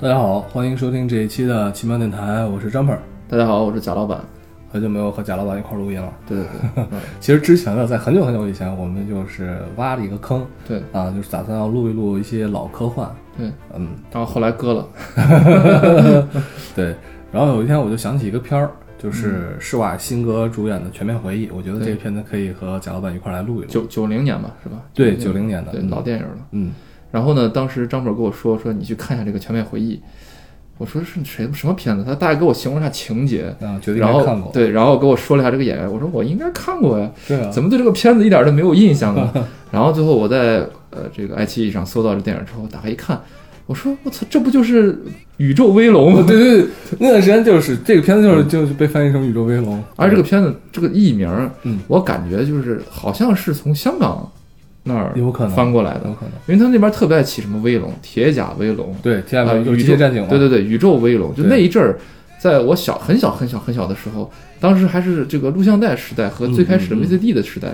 大家好，欢迎收听这一期的奇妙电台，我是张本儿。大家好，我是贾老板。很久没有和贾老板一块儿录音了。对对对，嗯其实之前呢，在很久很久以前，我们就是挖了一个坑对啊，就是打算要录一录一些老科幻。对， 嗯，然后后来割了。对。然后有一天我就想起一个片儿，就是施瓦辛格主演的《全面回忆》，我觉得这对个片子可以和贾老板一块儿来录一录。九九零年吧，是吧？对，九零年的，对，嗯老电影了。嗯，然后呢，当时张本跟我说，说你去看一下这个《全面回忆》，我说是谁什么片子？他大概给我形容一下情节，啊，绝对然没后看过。对，然后给我说了一下这个演员，我说我应该看过呀，对啊，怎么对这个片子一点都没有印 象呢？然后最后我在呃这个爱奇艺上搜到这电影之后，打开一看，我说我操，这不就是《宇宙威龙》吗？哦对对对，那段时间就是这个片子，就是就是被翻译成《宇宙威龙》，嗯而这个片子这个译名儿，嗯我感觉就是好像是从香港那儿有可能翻过来的，有嗯可能因为他们那边特别爱起什么威龙、铁甲威龙、对，天啊下有宇机宙械战警嘛，对对对，宇宙威龙，就对那一阵儿，在我小很小很小很小的时候，当时还是这个录像带时代和最开始的嗯嗯嗯 VCD 的时代，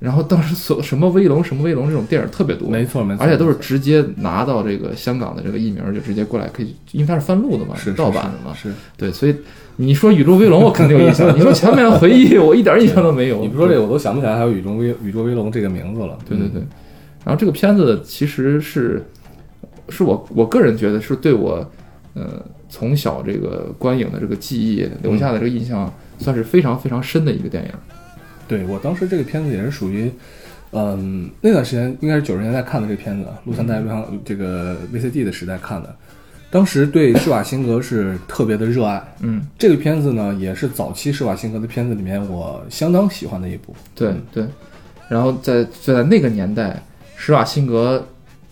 然后当时所什么威龙、什么威龙这种电影特别多，没错没错，而且都是直接拿到这个香港的这个译名儿就直接过来可以，因为它是翻录的嘛，是是啊盗版的嘛，是。是对，所以你说《宇宙威龙》，我肯定有 印象；你说《全面回忆》，我一点印象都没有。你不说这，个，我都想不起来还有宇宙威宇宙威龙这个名字了。嗯对对对。然后这个片子其实是，是我我个人觉得是对我，呃，从小这个观影的这个记忆留下的这个印象，算是非常非常深的一个电影。对我当时这个片子也是属于，嗯，那段时间应该是九十年代看的这片子，录像带、录像这个 VCD 的时代看的。当时对施瓦辛格是特别的热爱，嗯，这个片子呢也是早期施瓦辛格的片子里面我相当喜欢的一部。对对。然后在就在那个年代，施瓦辛格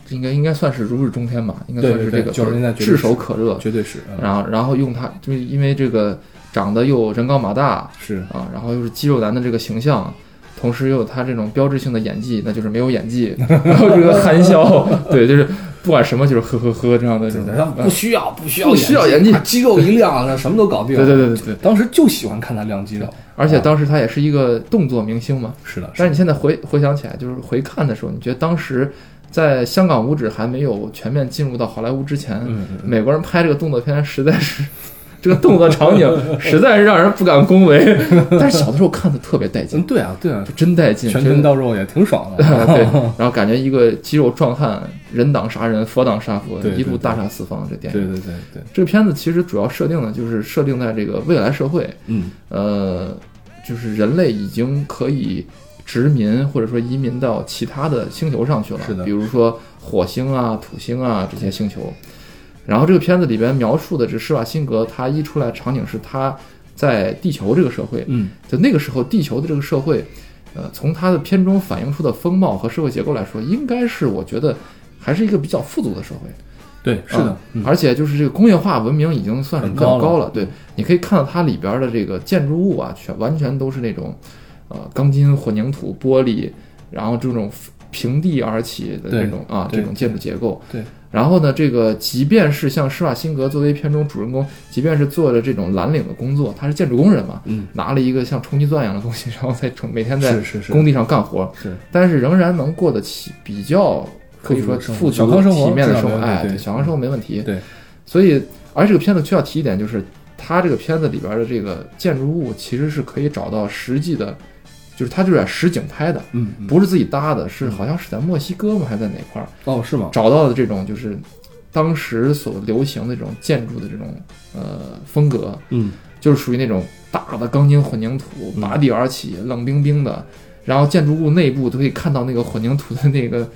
应该应该算是如日中天吧，应该对算是对这对90个年代绝对炙是手可热。绝对是，嗯、然后然后用它，就是因为这个长得又人高马大，是啊，然后又是肌肉男的这个形象，同时又有他这种标志性的演技，那就是没有演 技，然后这个含笑，对，就是不管什么就是呵呵呵这样的这种，啊他不需要嗯不需要不需要演演技啊肌肉一亮，那什么都搞定。啊对对对对对。当时就喜欢看他亮肌肉。而且当时他也是一个动作明星嘛，是的，是但是你现在回回想起来，就是回看的时候，你觉得当时在香港五指还没有全面进入到好莱坞之前，嗯嗯美国人拍这个动作片实在是。这个动作场 景实在是让人不敢恭维， 但是小的时候看的特别带嗯，劲，对啊对啊，真带劲，拳真拳的到肉也挺爽的。 对，然后感觉一个肌肉壮汉，人挡杀人，佛挡杀佛，对一路对大杀四方。这电 影，对对对对，这个片子其实主要设定呢，就是设定在这个未来社会，嗯，呃，就是人类已经可以殖民或者说移民到其他的星球上去了，是的比如说火星啊、土星啊这些星球。然后这个片子里边描述的是施瓦辛格，他一出来场景是他在地球这个社会，嗯，就那个时候，地球的这个社会，呃，从它的片中反映出的风貌和社会结构来说，应该是我觉得还是一个比较富足的社会。对，是的嗯啊，而且就是这个工业化文明已经算是比较很高高了。对，你可以看到它里边的这个建筑物啊，全完全都是那种，呃，钢筋、混凝土、玻璃，然后这种平地而起的对这种啊对这种建筑结构。对，然后呢，这个即便是像施瓦辛格作为片中主人公，即便是做着这种蓝领的工作，他是建筑工人嘛，嗯，拿了一个像冲击钻一样的东西， 然后在成每天在是是是工地上干活，是但是仍然能过得起比较可以说富富足足的生活小康生活体面的至少生没活，问题对哎，对小康生活没问题。对，所以而这个片子需要提一点，就是它这个片子里边的这个建筑物其实是可以找到实际的，就是它就是在实景拍的，嗯，嗯不是自己搭的，是好像是在墨西哥吗？还是在哪块儿哦，是吗？找到的这种就是当时所流行的这种建筑的这种呃风格，嗯，就是属于那种大的钢筋混凝土嗯拔地而起，冷冰冰的。然后建筑物内部都可以看到那个混凝土的那个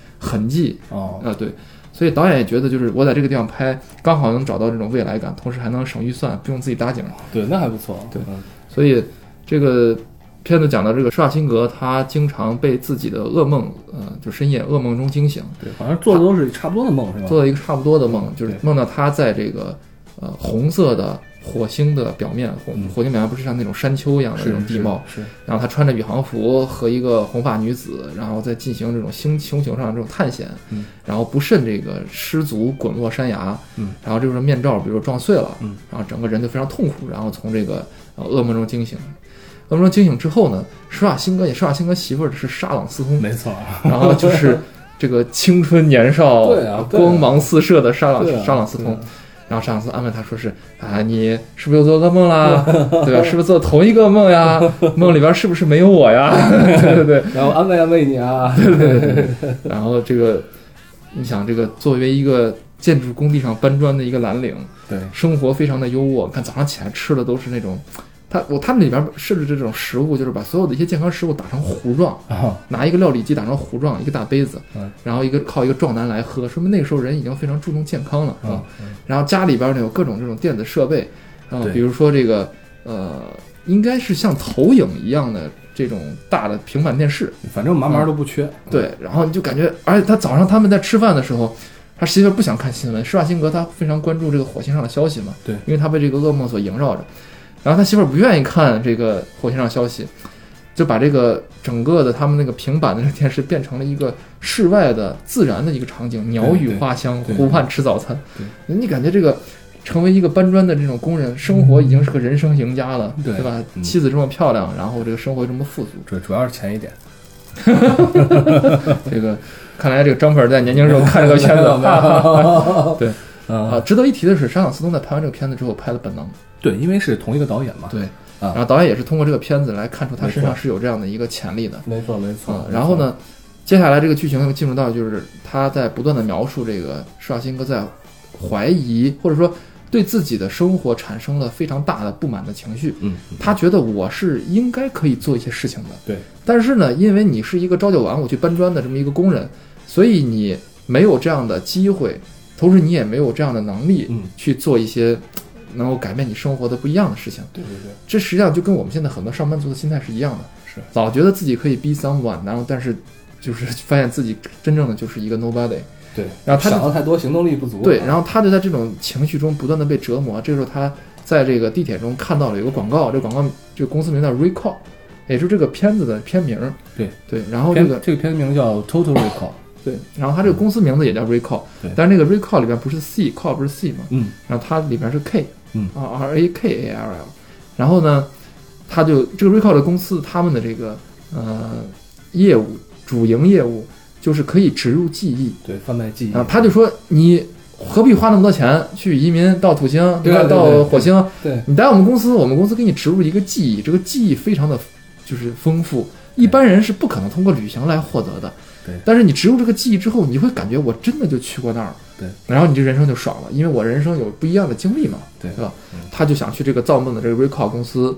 痕迹哦，啊，对，所以导演也觉得就是我在这个地方拍，刚好能找到这种未来感，同时还能省预算，不用自己搭景。对，那还不错。对嗯，所以这个片子讲到这个施瓦辛格，他经常被自己的噩梦，呃，就深夜噩梦中惊醒，对，好像做的都是差不多的梦，是吧？做了一个差不多的梦，就是对梦到他在这个呃红色的火星的表面，火嗯火星表面不是像那种山丘一样的那是种地貌，是是然后他穿着宇航服和一个红发女子，然后再进行这种星星球上的这种探险，嗯然后不慎这个失足滚落山崖，嗯然后这时候面罩比如说撞碎了，嗯然后整个人就非常痛苦，然后从这个呃噩梦中惊醒。噩梦中惊醒之后呢，施瓦辛格也施瓦辛格媳妇儿是莎朗斯通，没错。 然后就是这个青春年少、对啊对啊光芒四射的莎朗、对啊莎朗斯通对啊。然后查尔斯安慰他说是啊，你是不是又做噩梦啦？ 对吧？是不是做同一个梦呀？梦里边是不是没有我呀？ 对对对。然后安慰安慰你啊，然后这个，你想这个作为一个建筑工地上搬砖的一个蓝领， 对，生活非常的优渥。看早上起来吃的都是那种，他我他们里边设置这种食物，就是把所有的一些健康食物打成糊状，啊，拿一个料理机打成糊状，一个大杯子嗯，然后一个靠一个壮男来喝，说明那个时候人已经非常注重健康了啊。啊，然后家里边呢有各种这种电子设备，啊、对比如说这个呃，应该是像投影一样的这种大的平板电视，反正嘛嘛都不缺，对，然后你就感觉，而且他早上他们在吃饭的时候，他媳妇不想看新闻，施瓦辛格他非常关注这个火星上的消息嘛，对因为他被这个噩梦所萦绕着，然后他媳妇不愿意看这个火星上消息，就把这个整个的他们那个平板的那个电视变成了一个室外的自然的一个场景，鸟语花香，对湖畔吃早餐对，你感觉这个。成为一个搬砖的这种工人，生活已经是个人生赢家了，对对吧？嗯妻子这么漂亮，然后这个生活这么富足，主主要是钱一点，这个看来这个张本在年轻时候看这个片 子没有 对，啊啊。，值得一提的是，沙朗斯通在拍完这个片子之后拍了《本能》，对，因为是同一个导演嘛，对，啊然后导演也是通过这个片子来看出他没错身上是有这样的一个潜力的，没错没啊。然后，呢，接下来这个剧情又进入到就是他在不断的描述这个施瓦辛格在怀疑或者说对自己的生活产生了非常大的不满的情绪，嗯，他觉得我是应该可以做一些事情的，对，但是呢，因为你是一个朝九晚五去搬砖的这么一个工人，所以你没有这样的机会，同时你也没有这样的能力嗯，去做一些能够改变你生活的不一样的事情。对对对，这实际上就跟我们现在很多上班族的心态是一样的，是老觉得自己可以 be someone，然后但是就是发现自己真正的就是一个 nobody。对，然后他就想的太多，行动力不足，对，然后他就在这种情绪中不断的被折磨。这个时候他在这个地铁中看到了有个广告，这个广告这个公司名叫 Recall，也就是这个片子的片名儿。对对，然后哦这片个哦这个片子名叫《Total Recall》，对，然后它这个公司名字也叫 Recall，对但是那个 Recall 里边不是 C call 不是 C 嘛，嗯，然后它里边是 K，嗯啊 R A K A L L，然后呢，他就这个 Recall 的公司他们的这个呃业务主营业务就是可以植入记忆，对，贩卖记忆然，啊后他就说你何必花那么多钱去移民到土星，对吧对对到火星，对，你来我们公司，我们公司给你植入一个记忆，这个记忆非常的就是丰富，一般人是不可能通过旅行来获得的。对但是你植入这个记忆之后，你会感觉我真的就去过那儿，对，然后你这人生就爽了，因为我人生有不一样的经历嘛，对吧嗯？他就想去这个造梦的这个 Recall 公司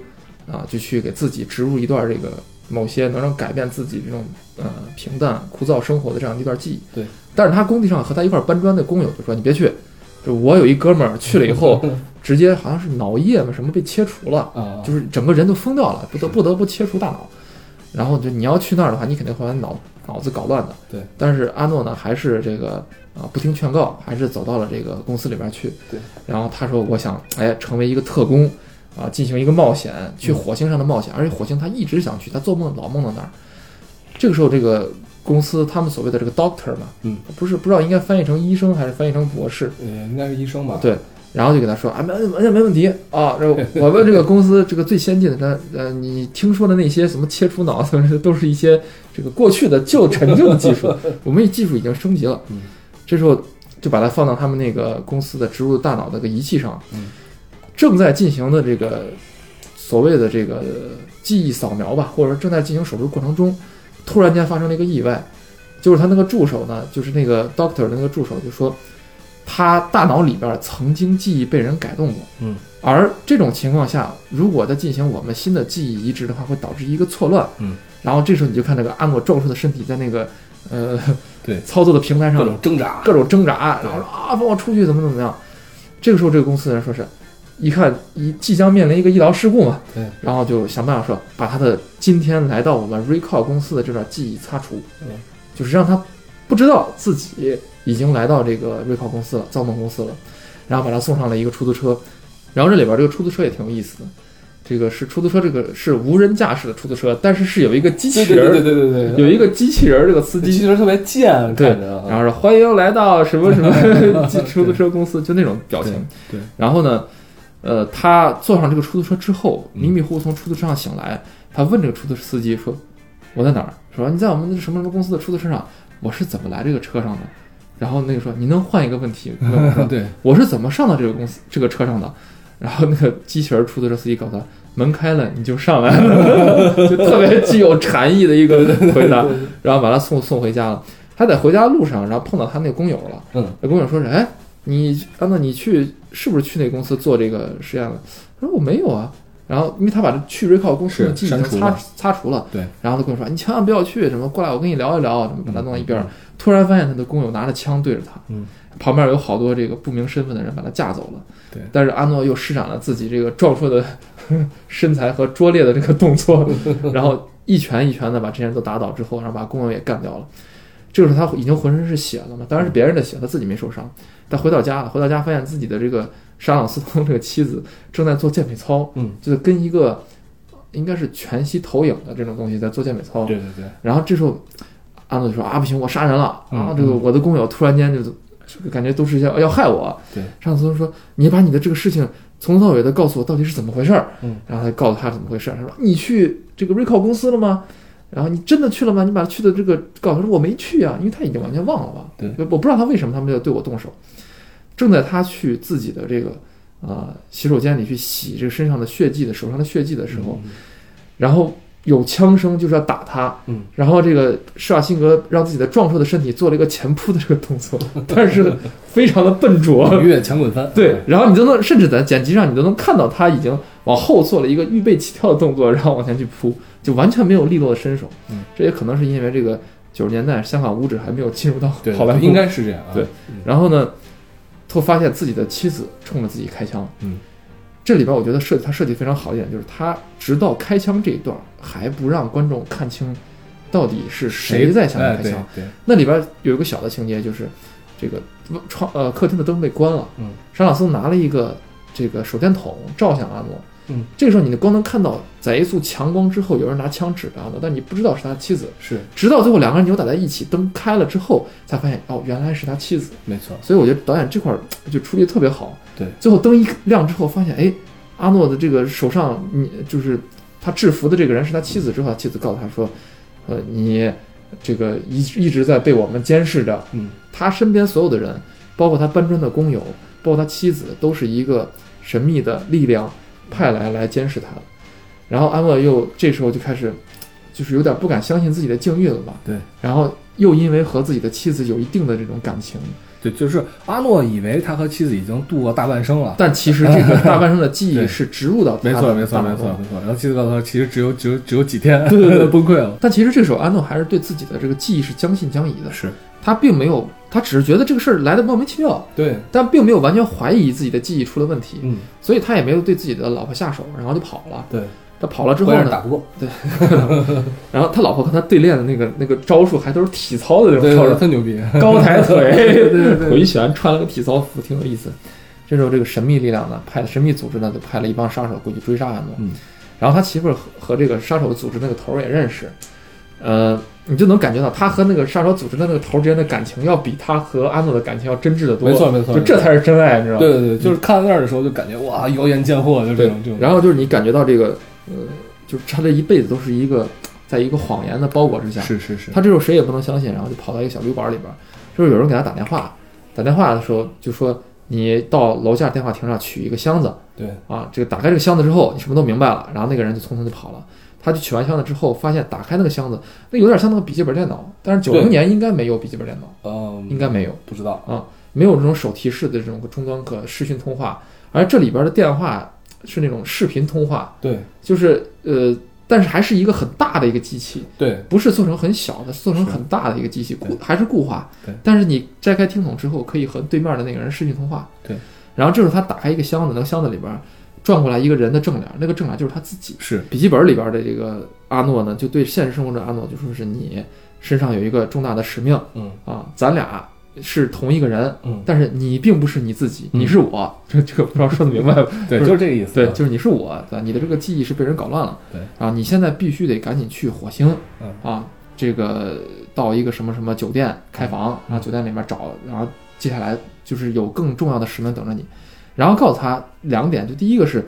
啊，就去给自己植入一段这个某些能让改变自己这种呃平淡枯燥生活的这样一段记忆。对，但是他工地上和他一块儿搬砖的工友就说：“你别去，就我有一哥们儿去了以后，直接好像是脑液嘛什么被切除了，啊，就是整个人都疯掉了，不得不得不切除大脑。然后就你要去那儿的话，你肯定会把脑脑子搞乱的。对，但是阿诺呢，还是这个啊、不听劝告，还是走到了这个公司里边去。对，然后他说：“我想哎成为一个特工啊、进行一个冒险，啊去火星上的冒险。而且火星他一直想去，他做梦老梦到那儿。这个时候，这个公司他们所谓的这个 doctor 嘛，嗯，不是不知道应该翻译成医生还是翻译成博士，呃，应该是医生吧，对然后就给他说啊，没没没问题啊，这我们这个公司这个最先进的，那呃，你听说的那些什么切除脑什么 的，都是一些这个过去的旧陈旧的 技术，我们技术已经升级了。嗯这时候就把它放到他们那个公司的植入大脑的个仪器上，嗯正在进行的这个所谓的这个记忆扫描吧，或者说正在进行手术过程中，突然间发生了一个意外，就是他那个助手呢，就是那个 doctor 的那个助手就说，他大脑里边曾经记忆被人改动过，嗯，而这种情况下，如果再进行我们新的记忆移植的话，会导致一个错乱，嗯，然后这时候你就看那个阿诺壮硕的身体在那个呃对操作的平台各上种挣扎，各种挣扎，对然后说啊，放我出去，怎么怎么样。这个时候，这个公司的人说是，一看一即将面临一个医疗事故嘛，对，然后就想办法说把他的今天来到我们 Recall 公司的这段记忆擦除，嗯就是让他不知道自己已经来到这个 Recall 公司了，造梦公司了，然后把他送上了一个出租车，然后这里边这个出租车也挺有意思的。这个是出租车，这个是无人驾驶的出租车，但是是有一个机器对人对儿，对对对对对，有一个机器人儿这个司机机器人特别贱，对看着啊然后说欢迎来到什么 什么机出租车公司，就那种表情。对对然后呢，呃，他坐上这个出租车之后，迷迷糊糊从出租车上醒来，他问这个出租车司机说：“我在哪儿？”说：“你在我们什么什么公司的出租车上。”我是怎么来这个车上的？然后那个说你能换一个问题问我 说对，我是怎么上到这个公司这个车上的？然后那个机器人出租车司机告诉他，门开了你就上来了， 就特别具有禅意的一个回答。然后把他送送回家了。他在回家的路上，然后碰到他那个工友了。嗯，那工友说是：“哎，你安娜，你去是不是去那公司做这个实验了？”他说：“我没有啊。”然后，因为他把这去瑞靠公司的是记忆已删除经擦了擦除了，对。然后他跟我说：“哎你千万不要去，什么过来，我跟你聊一聊。”什么把他弄到一边儿。突然发现他的工友拿着枪对着他，嗯，旁边有好多这个不明身份的人把他架走了。对但是阿诺又施展了自己这个壮硕的 身材和拙劣的这个动 作，然后一拳一拳的把这些人都打倒之后，然后把工友也干掉了。这个时候他已经浑身是血了嘛，当然是别人的血，他自己没受伤。他回到家了，回到家发现自己的这个沙朗斯通这个妻子正在做健美操，嗯，就是跟一个应该是全息投影的这种东西在做健美操，对对对，然后这时候，阿诺就说啊，不行，我杀人了嗯啊！这个我的工友突然间就感觉都是要要害我。对，上司说你把你的这个事情从头到尾的告诉我到底是怎么回事儿。嗯，然后他就告诉他怎么回事儿，他说你去这个 Recall 公司了吗？然后你真的去了吗？你把去的这个告诉他说我没去啊，因为他已经完全忘了吧。对我不知道他为什么他们要对我动手。正在他去自己的这个呃洗手间里去洗这个身上的血迹的手上的血迹的时候，然后有枪声就是要打他，嗯，然后这个施瓦辛格让自己的壮硕的身体做了一个前扑的这个动作， 但是非常的笨嗯，拙。越强滚翻， 对，然后你都能，甚至在剪辑上你都能看到他已经往后做了一个预备起跳的动作，然后往前去扑，就完全没有利落的身手。嗯，这也可能是因为这个九十年代香港五指还没有进入到对，好莱坞，应该是这样啊，对然后呢，他发现自己的妻子冲着自己开枪。嗯，这里边我觉得设计他设计非常好一点，就是他直到开枪这一段还不让观众看清到底是谁在向他哎开对枪。对，那里边有一个小的情节，就是这个窗呃客厅的灯被关了，嗯，沙朗斯拿了一个这个手电筒照向阿诺。嗯，这个时候你光能看到，在一束强光之后，有人拿枪指着阿诺，但你不知道是他妻子。是直到最后两个人扭打在一起，灯开了之后，才发现哦，原来是他妻子。没 错，所以我觉得导演这块儿就处理得特别好。对，最后灯一亮之后，发现哎，阿诺的这个手上，你就是他制服的这个人是他妻子之后，他妻子告诉他说，呃，你这个一一直在被我们监视着，嗯，他身边所有的人，包括他搬砖的工友，包括他妻子，都是一个神秘的力量派来来监视他的。然后安诺又这时候就开始，就是有点不敢相信自己的境遇了吧？对。然后又因为和自己的妻子有一定的这种感情，对，就是阿诺以为他和妻子已经度过大半生了， 但其实这个大半生的记忆对是植入到他没的错 没错大脑没错中没错，然后妻子告诉他，其实只有只有只有几天，对对对崩溃了，但其实这时候安诺还是对自己的这个记忆是将信将疑的，是他并没有，他只是觉得这个事儿来的莫名其妙，对，但并没有完全怀疑自己的记忆出了问题，嗯所以他也没有对自己的老婆下手，然后就跑了。对，他跑了之后关键是呢打，不过，然后他老婆和他对练的那个那个招数还都是体操的那对种对招对，数，特牛逼， 高抬腿、对对回旋，穿了个体操服，挺有意思。这时候，这个神秘力量呢，派神秘组织呢，就派了一帮杀手过去追杀安诺。嗯然后他媳妇儿和和这个杀手组织那个头儿也认识，呃，你就能感觉到他和那个杀手组织的那个头儿之间的感情，要比他和安诺的感情要真挚的多。没错没错，就这才是真爱，你知道吗？对对对，就是看到那儿的时候就感觉哇，妖艳贱货，就这种这种，然后就是你感觉到这个，呃，就是他这一辈子都是一个在一个谎言的包裹之下，是是是，他这时候谁也不能相信，然后就跑到一个小旅馆里边儿，就是有人给他打电话，打电话的时候就说你到楼下电话亭上取一个箱子对啊，这个打开这个箱子之后，你什么都明白了，然后那个人就匆匆就跑了。他就取完箱子之后，发现打开那个箱子，那有点像那个笔记本电脑，但是九对零年应该没有笔记本电脑，嗯，应该没有。不知道，没有这种手提式的这种终端可视讯通话，而这里边的电话是那种视频通话，对就是呃，但是还是一个很大的一个机器，对不是做成很小的，是做成是很大的一个机器，对固还是固话对。但是你摘开听筒之后，可以和对面的那个人视讯通话。对。然后这时候他打开一个箱子，那个箱子里边转过来一个人的正脸，那个正脸就是他自己。是，笔记本里边的这个阿诺呢，就对现实生活中的阿诺就说是你身上有一个重大的使命嗯啊，咱俩是同一个人，嗯，但是你并不是你自己，嗯你是我，这这个不知道说的明白吗？ 对，就是这个意思，啊对，就是你是我，对吧？你的这个记忆是被人搞乱了，对啊，你现在必须得赶紧去火星，嗯啊，这个到一个什么什么酒店开嗯房，然后酒店里面找，然后接下来就是有更重要的使命等着你，然后告诉他两点，就第一个是，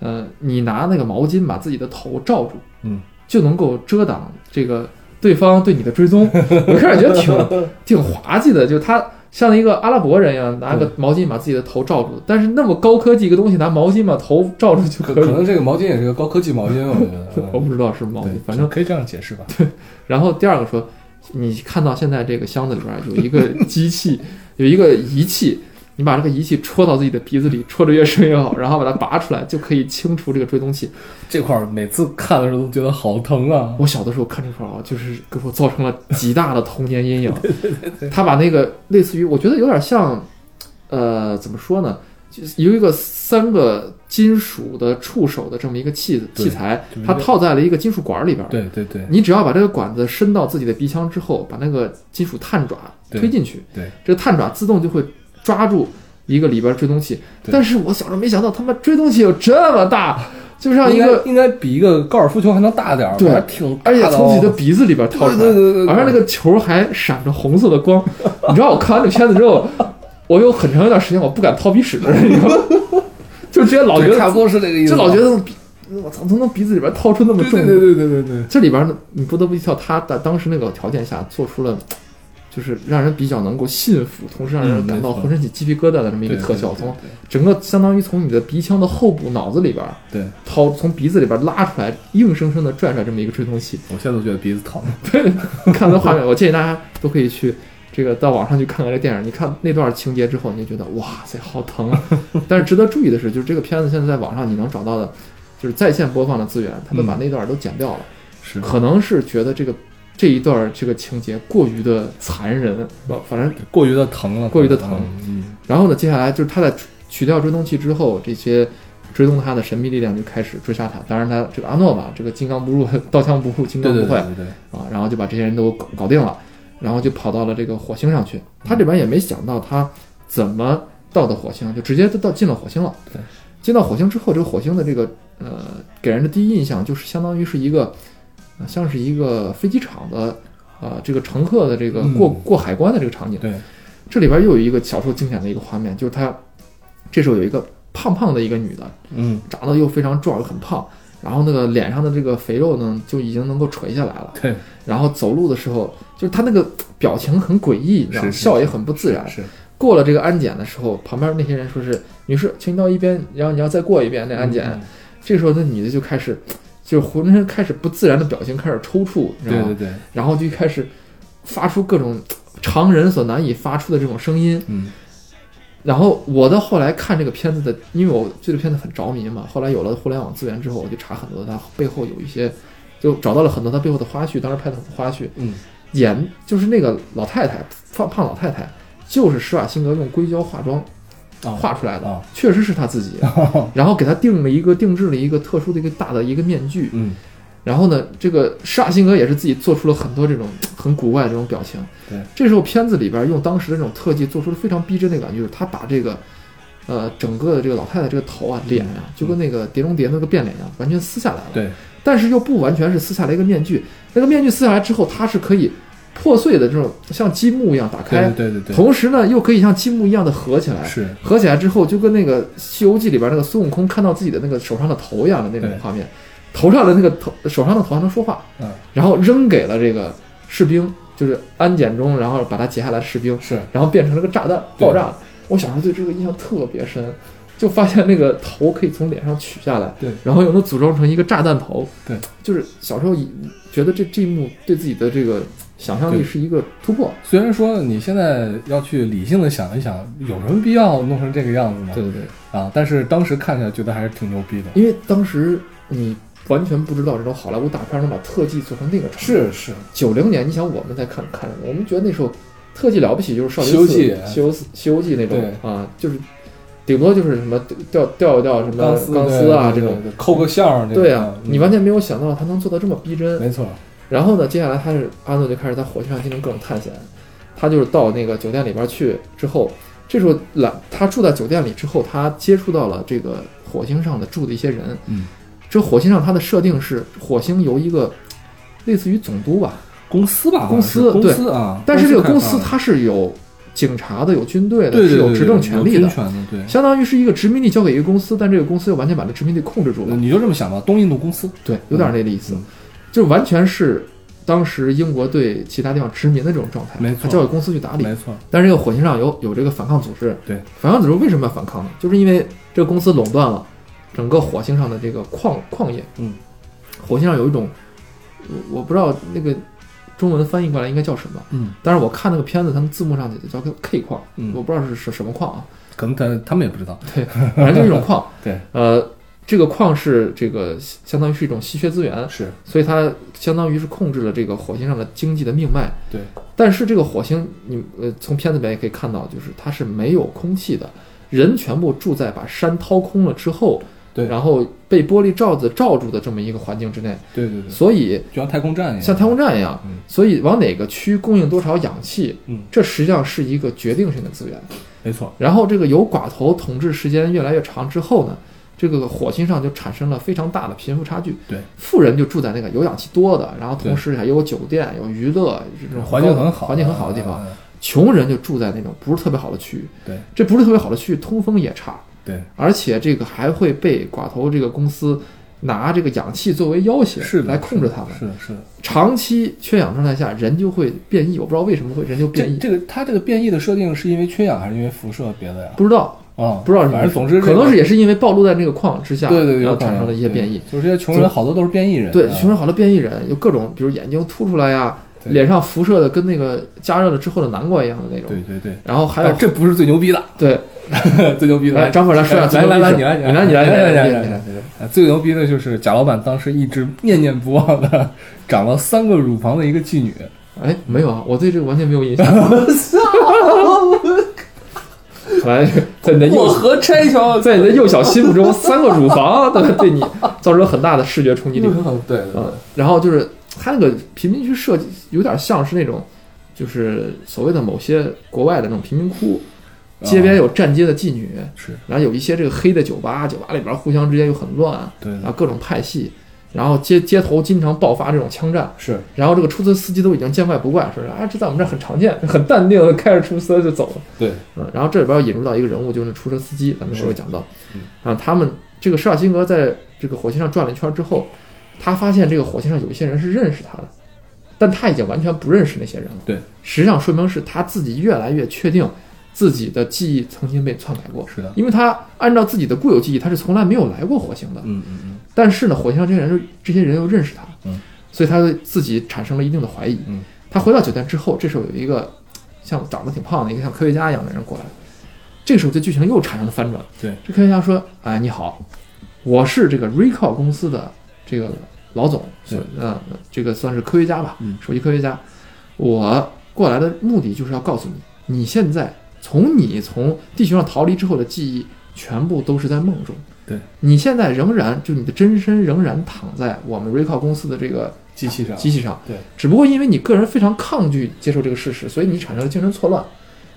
呃，你拿那个毛巾把自己的头罩住，嗯，就能够遮 挡这个对方对你的追踪。我开始觉得挺挺滑稽的，就他像一个阿拉伯人一样，拿个毛巾把自己的头罩住。但是那么高科技一个东西，拿毛巾把头罩住就可可以可了。。能这个毛巾也是个高科技毛巾，我觉得 我不知道是毛嗯巾对，，反正可以这样解释吧。然后第二个说，你看到现在这个箱子里边有一个机器， 有一个仪器，你把这个仪器戳到自己的鼻子里，戳得越深越好，然后把它拔出来，就可以清除这个追踪器。这块儿每次看的时候都觉得好疼啊！我小的时候看这块儿啊，就是给我造成了极大的童年阴影。他把那个类似于，我觉得有点像，呃，怎么说呢？就是有一个三个金属的触手的这么一个器对器材就是，一个它套在了一个金属管儿里边儿。对对对你只要把这个管子伸到自己的鼻腔之后，把那个金属探爪对推进去，对，这个探爪自动就会抓住一个里边追踪器。对但是我小时候没想到，他妈追踪器有这么大，就像一应该个，应该比一个高尔夫球还能大点儿吧，对还挺大而的且哦，从自己的鼻子里边掏对出对来，对对，而且那个球还闪着红色的光。你知道我看完这片子之后，我有很长一段时间我不敢掏鼻屎了，你知道吗？就直接老觉对差不得，多是这个意思就吧，老觉得鼻，我操，从那鼻子里边掏出那么对重对的对对对对对，这里边呢，你不得不提到他在当时那个条件下做出了，就是让人比较能够信服，同时让人感嗯到没错浑身起鸡皮疙瘩的这么一个对特效，对对从整个相当于从你的鼻腔的后部、脑子里边对，对掏，从鼻子里边拉出来，硬生生的拽出来这么一个吹风器。我现在都觉得鼻子疼。对， 看到画面，我建议大家都可以去这个到网上去看看这个电影。你看那段情节之后，你就觉得哇塞，好 疼啊！但是值得注意的是，就是这个片子现在在网上你能找到的，就是在线播放的资源，他们把嗯那段都剪掉了。是可能是觉得这个这一段儿这个情节过于的残忍，嗯呃反正过于的疼了，过于的疼嗯，然后呢，接下来就是他在除取掉追踪器之后，这些追踪他的神秘力量就开始追杀他。当然，他这个阿诺吧，这个金刚不入、刀枪不入、金嗯，刚对不对坏对对对，啊，然后就把这些人都搞搞定了，然后就跑到了这个火星上去。他这边也没想到他怎么到的火星，就直接就到进了火星了。对，进到火星之后，这个火星的这个呃给人的第一印象就是相当于是一个、呃像是一个飞机场的呃这个乘客的这个过、嗯过海关的这个场景。对，这里边又有一个小时候经典的一个画面，就是他这时候有一个胖胖的一个女的，嗯，长得又非常壮，又很胖，然后那个脸上的这个肥肉呢就已经能够垂下来了。对，然后走路的时候，就是他那个表情很诡异，你知道吗？是是笑也很不自然。是，过了这个安检的时候，旁边那些人说是女士，请你到一边，然后你要再过一遍那安检。嗯这时候那女的就开始，就是浑身开始不自然的表情开始抽搐，你知对道吗？对对，然后就开始发出各种常人所难以发出的这种声音。嗯，然后我到后来看这个片子的，因为我对这个片子很着迷嘛，后来有了互联网资源之后，我就查很多它背后有一些，就找到了很多它背后的花絮，当时拍的很多花絮，嗯，演就是那个老太太，胖胖老太太，就是施瓦辛格用硅胶化妆啊画出来的，啊，确实是她自己，然后给她定了一个定制了一个特殊的一个大的一个面具，嗯，然后呢，这个施瓦辛格也是自己做出了很多这种很古怪的这种表情。对，这时候片子里边用当时的这种特技做出了非常逼真的感觉，就是他把这个，呃，整个的这个老太太这个头啊、脸啊，就跟那个《碟中谍》那个变脸一样，完全撕下来了。，对，但是又不完全是撕下来一个面具，那个面具撕下来之后，它是可以破碎的这种像积木一样打对开，对对对对，同时呢又可以像积木一样的合起来。是，合起来之后，就跟那个《西游记》里边那个孙悟空看到自己的那个手上的头一样的那种对画面，头上的那个头手上的头还能说话，嗯，然后扔给了这个士兵，就是安检中，然后把它截下来的士兵，是，然后变成了个炸弹对爆炸了。我小时候对这个印象特别深，就发现那个头可以从脸上取下来，对然后又能组装成一个炸弹头，对，就是小时候以觉得这这一幕对自己的这个想象力对是一个突破，虽然说你现在要去理性的想一想，有什么必要弄成这个样子呢？对对对。啊，但是当时看起来觉得还是挺牛逼的。因为当时你完全不知道这种好莱坞大片能把特技做成那个程度。是，九零年，你想我们在看看什么？我们觉得那时候特技了不起，就是《少林西游寺记》 《西游四西游记》那种对啊，就是顶多就是什么掉掉一掉什么钢钢丝丝啊对这对种。对对抠个像儿这种，对啊，嗯你完全没有想到他能做到这么逼真。没错，然后呢，接下来他是阿诺就开始在火星上进行各种探险，他就是到那个酒店里边去之后，这时候来他住在酒店里之后，他接触到了这个火星上的住的一些人，嗯，这火星上它的设定是火星由一个类似于总督吧，公司吧，公司好像是对公司啊，但是这个公开司发的它是有警察的、有军队的、对是对对有对执政权力有的军，权的，对。相当于是一个殖民地交给一个公司，但这个公司又完全把这殖民地控制住了，你就这么想吧，东印度公司，对，有点那个意思，嗯就完全是当时英国对其他地方殖民的这种状态，没错它交给公司去打理没。错，但是这个火星上有有这个反抗组织，对，反抗组织为什么要反抗呢？就是因为这个公司垄断了整个火星上的这个矿矿业。嗯，火星上有一种，我我不知道那个中文翻译过来应该叫什么，嗯但是我看那个片子，他们字幕上写的叫 K 矿，我嗯，不知道是是什么矿啊，可能他他们也不知道，。反正就是一种矿 对，呃，这个矿是这个相当于啊是一种稀缺资源，是所以它相当于是控制了这个火星上的经济的命脉。对，但是这个火星，你呃，从片子里面也可以看到，就是它是没有空气的，人全部住在把山掏空了之后，对然后被玻璃罩子罩住的这么一个环境之内，对对对，所以就像太空站一样，像太空站一样嗯，所以往哪个区供应多少氧气，嗯这实际上是一个决定性的资源。没错，然后这个由寡头统治时间越来越长之后呢，这个火星上就产生了非常大的贫富差距。对，富人就住在那个有氧气多的，然后对同时还有酒店、有娱乐，这种环境很好，环境很好的地方。嗯，嗯穷人就住在那种不是特别好的区域。对，这不是特别好的区域，通风也差，对，而且这个还会被寡头这个公司拿这个氧气作为要挟是的来控制他们。是的，是的。长期缺氧状态下，人就会变异。我不知道为什么会人就变这异，这个它这个变异的设定是因为缺氧还是因为辐射别的呀？不知道。啊，不知道是什么反正总之可能这是也是因为暴露在那个矿之下，个对对对，然有后可能产生了一些变异。对就是这些穷人好多都是变异人，对，啊形成好多变异人，有各种，比如眼睛凸出来呀，对脸上辐射的跟那个加热了之后的南瓜一样的那种。对对对，然后还有哎哎这不是最牛逼的， 对，最牛逼的来张本来说下最来牛来逼来，是你来你来你你来来你来来你来来来来，最牛逼的就是贾老板当时一直念念不忘的 长了三个乳房的一个妓女， 哎，没有啊，我对这个完全没有印象。我操！看来在你的右何拆 桥在你的右小心目中，三个乳房都对你造成很大的视觉冲击力。对对啊，然后就是它那个贫民区设计有点像是那种，就是所谓的某些国外的那种贫民窟，对，街边有站街的妓女，是，然后有一些这个黑的酒吧，酒吧里边互相之间又很乱，对然后各种派系，然后街街头经常爆发这种枪战，是然后这个出租车司机都已经见怪不怪，说是啊这在我们这儿很常见，很淡定的开着出租车就走了。对，嗯，然后这里边引入到一个人物，就是出租车司机，咱们一会儿是讲到嗯。啊，他们这个施瓦辛格在这个火星上转了一圈之后，他发现这个火星上有一些人是认识他的，但他已经完全不认识那些人了。对，实际上说明是他自己越来越确定自己的记忆曾经被篡改过，是的，因为他按照自己的固有记忆，他是从来没有来过火星的。嗯嗯嗯但是呢，火星上这些人又这些人又认识他，嗯，所以他对自己产生了一定的怀疑。嗯，他回到酒店之后，这时候有一个像长得挺胖的一个像科学家一样的人过来，这个时候这剧情又产生了翻转。对，这科学家说：“哎，你好，我是这个 Recall 公司的这个老总，对所呃，这个算是科学家吧，嗯首席科学家。我过来的目的就是要告诉你，你现在从你从地球上逃离之后的记忆，全部都是在梦中。”对，你现在仍然就你的真身仍然躺在我们 Recall 公司的这个机器上机器上，对，只不过因为你个人非常抗拒接受这个事实，所以你产生了精神错乱。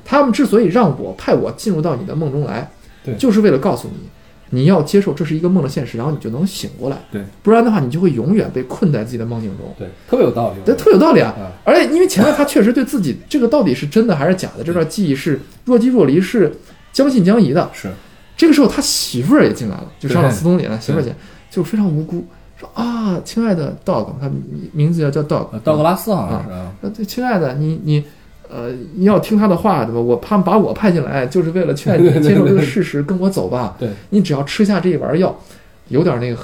他们之所以让我派我进入到你的梦中来，对就是为了告诉你，你要接受这是一个梦的现实，然后你就能醒过来，对，不然的话你就会永远被困在自己的梦境中。对，特别有道理，这特有道理啊！啊，而且因为前面他确实对自己这个到底是真的还是假的，这段记忆是若即若离，是将信将疑的。是这个时候他媳妇儿也进来了，就上了对斯通里了，媳妇儿进来就非常无辜，说啊，亲爱的 dog，他名名字要叫 dog，呃道格拉斯好像是啊，呃，对，亲爱的，你你，呃，你要听他的话，对吧？我他们把我派进来，就是为了 劝你对对对接受这个事实，跟我走吧。对，你只要吃下这一丸药，有点那个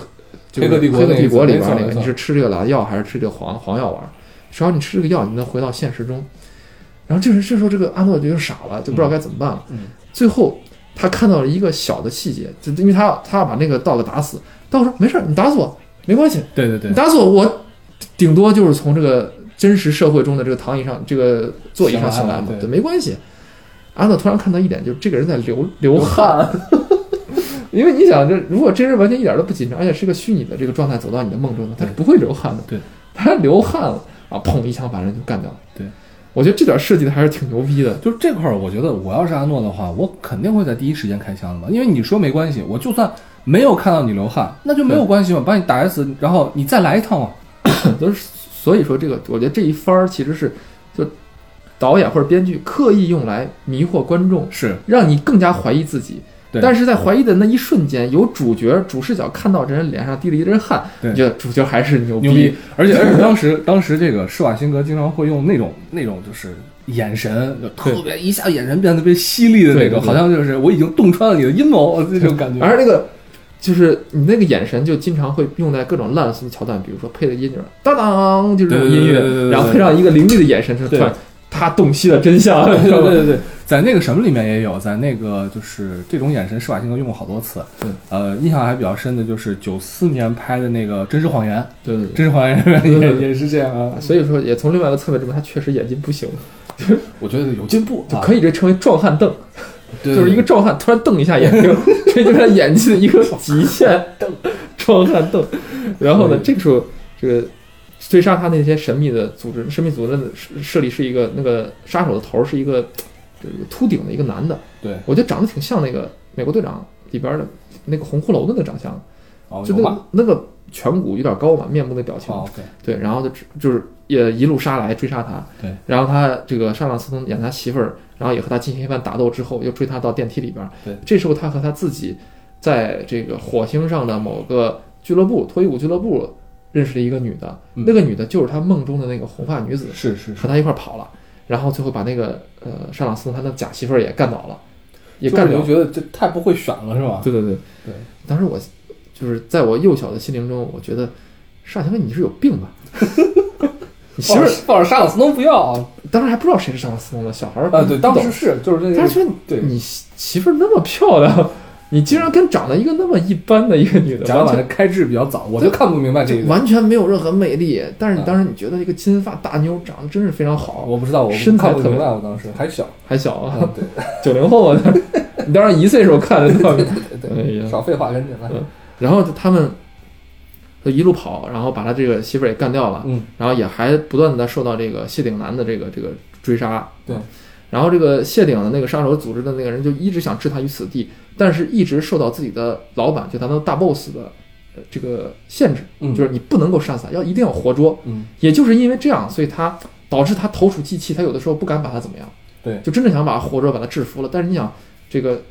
就是黑客帝国黑客那帝个国里没边错那个，没你错是吃这个蓝药还是吃这个黄黄药丸？只要你吃这个药，你就能回到现实中。然后这时这时候，这个阿诺就傻了，就不知道该怎么办了。嗯嗯最后他看到了一个小的细节，就因为他他要把那个道给打死，道说没事儿，你打死我没关系，对对对 你，打死我，我顶多就是从这个真实社会中的这个躺椅上、这个座椅上醒来嘛醒来，对对，没关系。阿诺突然看到一点，就是这个人在流流汗，因为你想，这如果这人完全一点都不紧张，而且是个虚拟的这个状态走到你的梦中的，他是不会流汗的。对，他流汗了啊，砰一枪把人就干掉了。对，我觉得这点设计的还是挺牛 逼的。就是这块儿，我觉得我要是阿诺的话，我肯定会在第一时间开枪的，因为你说没关系，我就算没有看到你流汗，那就没有关系嘛，把你打死，然后你再来一趟嘛。就是所以说这个，我觉得这一番儿其实是就导演或者编剧刻意用来迷惑观众，是让你更加怀疑自己，对但是在怀疑的那一瞬间，有主角主视角看到这人脸上滴了一针汗，对你觉得主角还是牛逼，牛逼！而且而且当时当时这个施瓦辛格经常会用那种那种就是眼神，就特别一下眼神变得特别犀利的那对对种，对好像就是我已经洞穿了你的阴谋这种感觉。而那个就是你那个眼神，就经常会用在各种烂俗的桥段，比如说配的音就是当当，就是这种音对对对对对乐，对然后配上一个凌厉的眼神，就是对突然他洞悉了真相， 对知道对吗 对对，在那个什么里面也有，在那个就是这种眼神，施瓦辛格用过好多次。对，呃，印象还比较深的就是九四年拍的那个《真实谎言》，对对《对。真实谎言》里面对对也也是这样啊。 所以说，也从另外一个侧面证明，他确实演技不行，我觉得有进步，就可以，以这称为壮汉瞪，就就是一个壮汉突然瞪一下眼 睛，这就是他演技的一个极限，瞪壮汉瞪。然后呢，对这个时候，这个追杀他那些神秘的组织，神秘组织的设设立是一个那个杀手的头儿是一个这个秃顶的一个男的，对，我觉得长得挺像那个美国队长里边的那个红骷髅的那个长相，哦，就有那吧个那个颧骨有点高嘛，面部那表情，哦，对，对，然后就只就是也一路杀来追杀他，对，然后他这个上朗斯通演他媳妇儿，然后也和他进行一番打斗之后，又追他到电梯里边，对这时候他和他自己在这个火星上的某个俱乐部脱衣舞俱乐部认识了一个女的，嗯那个女的就是他梦中的那个红发女子，是是是，和他一块儿跑了，然后最后把那个呃沙朗斯通他的假媳妇儿也干倒了， 也就是干你掉就觉了。得这太不会选了，是吧？对对对对，当时我就是在我幼小的心灵中，我觉得沙朗斯通你是有病吧？ 你媳妇抱儿着抱着沙朗斯通不要啊！当时还不知道谁是沙朗斯通的小孩儿对，当时不懂是就是那当个时觉得对，你媳妇儿那么漂亮，你竟然跟长得一个那么一般的一个女的，贾老完板全的开智比较早，我就看不明白这一就点。完全没有任何魅力，但是你嗯当时你觉得一个金发大妞长得真是非常好，我不知道，我身材看不特别明白，我当时还 小，还小啊，啊对九 零后啊，你当时一岁时候看的那对哎对对，呀嗯少废话，赶紧来。然后就他们就一路跑，然后把他这个媳妇儿也干掉了，嗯，然后也还不断的受到这个谢顶男的这个这个追杀，对。然后这个谢顶的那个杀手组织的那个人就一直想置他于死地，但是一直受到自己的老板，就他们大 boss 的呃这个限制，嗯就是你不能够杀死他，要一定要活捉。嗯，也就是因为这样，所以他导致他投鼠忌器，他有的时候不敢把他怎么样，对就真正想把他活捉，把他制服了。但是你想，这个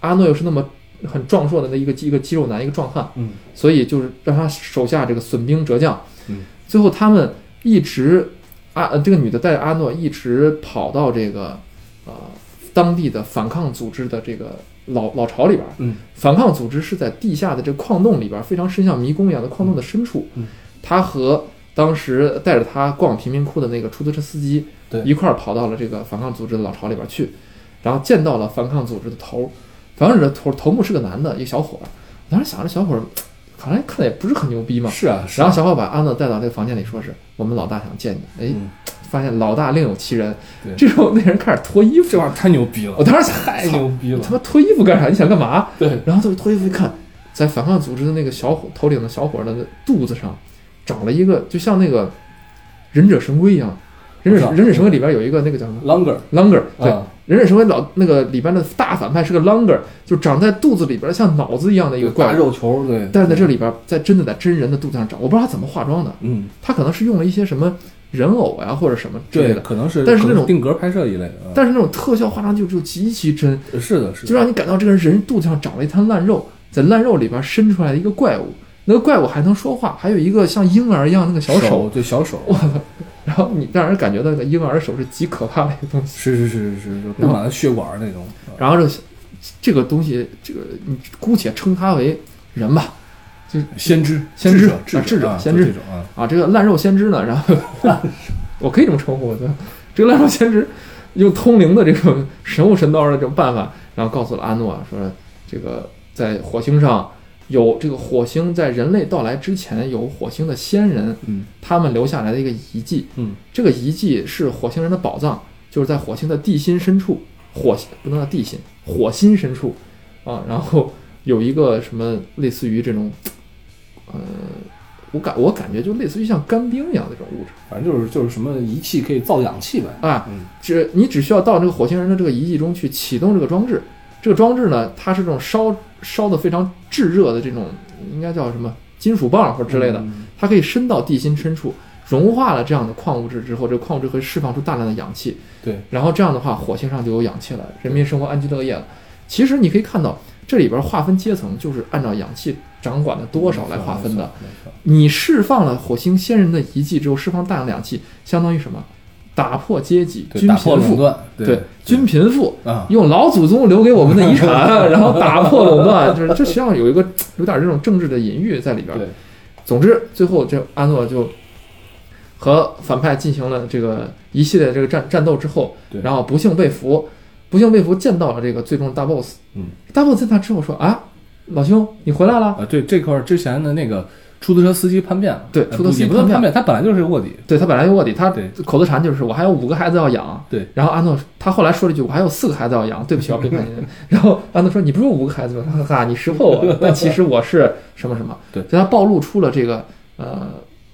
阿诺又是那么很壮硕的那一个肌一个肌肉男，一个壮汉，嗯，所以就是让他手下这个损兵折将，嗯，最后他们一直阿、呃这个女的带着阿诺一直跑到这个呃当地的反抗组织的这个老老巢里边，嗯，反抗组织是在地下的这个矿洞里边儿，非常深像迷宫一样的矿洞的深处，嗯，他和当时带着他逛贫民窟的那个出租车司机，对一块儿跑到了这个反抗组织的老巢里边儿去，然后见到了反抗组织的头儿，反抗组织的头头目是个男的，一个小伙儿，我当时想着小伙儿好像看着也不是很牛逼嘛，是啊，是嗯然啊后小伙把安乐带到这个房间里，说是我们老大想见你。哎，嗯发现老大另有其人对。这时候那人开始脱衣服，这玩意儿太牛逼了我，当时想哎太牛逼哦你他了。妈脱衣服干啥？你想干嘛？对，然后他就脱衣服一看，在反抗组织的那个小伙头领的小伙的肚子上长了一个，就像那个忍者神龟一样。忍者我知道忍者神龟里边有一个那个叫什么 Longer， Longer，对，啊，忍者神龟老那个里边的大反派是个 Longer，就长在肚子里边像脑子一样的一个怪大物。肉球，对，但是在这里边，在真的在真人的肚子上长，我不知道他怎么化妆的，嗯，他可能是用了一些什么人偶呀、或者什么之类对，的，可能是，但是可那能种定格拍摄一类的，但是那种特效化妆就就极其真，但是的，是就的，让你感到这个人肚子上长了一滩烂肉，在烂肉里边伸出来的一个怪物，那个怪物还能说话，还有一个像婴儿一样那个小手，手，对，小手，然后你让人感觉到那个婴儿手是极可怕的一个东西。是是是是是，就布满了血管那种，啊然后这这个东西，这个你姑且称它为人吧，先知，先知智者，啊智者啊先就知这种啊，啊，这个烂肉先知呢，然后我可以这么称呼，对吧？这个烂肉先知用通灵的这种神乎神道的这种办法，然后告诉了阿诺啊说，这个在火星上有这个火星在人类到来之前有火星的先人，嗯他们留下来的一个遗迹，嗯，这个遗迹是火星人的宝藏，就是在火星的地心深处，火星不能叫地心，火星深处啊，然后有一个什么类似于这种，呃，我感我感觉就类似于像干冰一样的这种物质反正就是就是什么仪器可以造氧气呗，啊，嗯只你只需要到这个火星人的这个遗迹中去启动这个装置，这个装置呢，它是这种烧烧的非常炙热的这种，应该叫什么金属棒或者之类的，，嗯它可以深到地心深处，融化了这样的矿物质之后，这个矿物质会释放出大量的氧气，对，然后这样的话，火星上就有氧气了，人民生活安居乐业了。其实你可以看到，这里边划分阶层就是按照氧气掌管的多少来划分的。没错。没错你释放了火星先人的遗迹之后，释放大量氧气，相当于什么？打破阶级，对，均打破贫垄富，断，对，均贫富，啊，用老祖宗留给我们的 遗产，然后打破垄断，就是这实际上有一个有点这种政治的隐喻在里边。对，总之，最后这阿诺就和反派进行了这个一系列这个战战斗之后对，然后不幸被俘，不幸被俘见到了这个最终的大 boss。嗯，大 boss 见他之后说：“啊，老兄，你回来了。啊，对这块儿之前的那个出租车司机叛变了，对呃出租车司机也不能叛变叛变，他本来就是卧底，对他本来就卧底，他对口头禅就是我还有五个孩子要养。对，然后阿诺他后来说了一句我还有四个孩子要养，对不起，我要背叛 您。然后阿诺说你不是有五个孩子吗？哈哈，你识破我了，但其实我是什么什么。对所以他暴露出了这个呃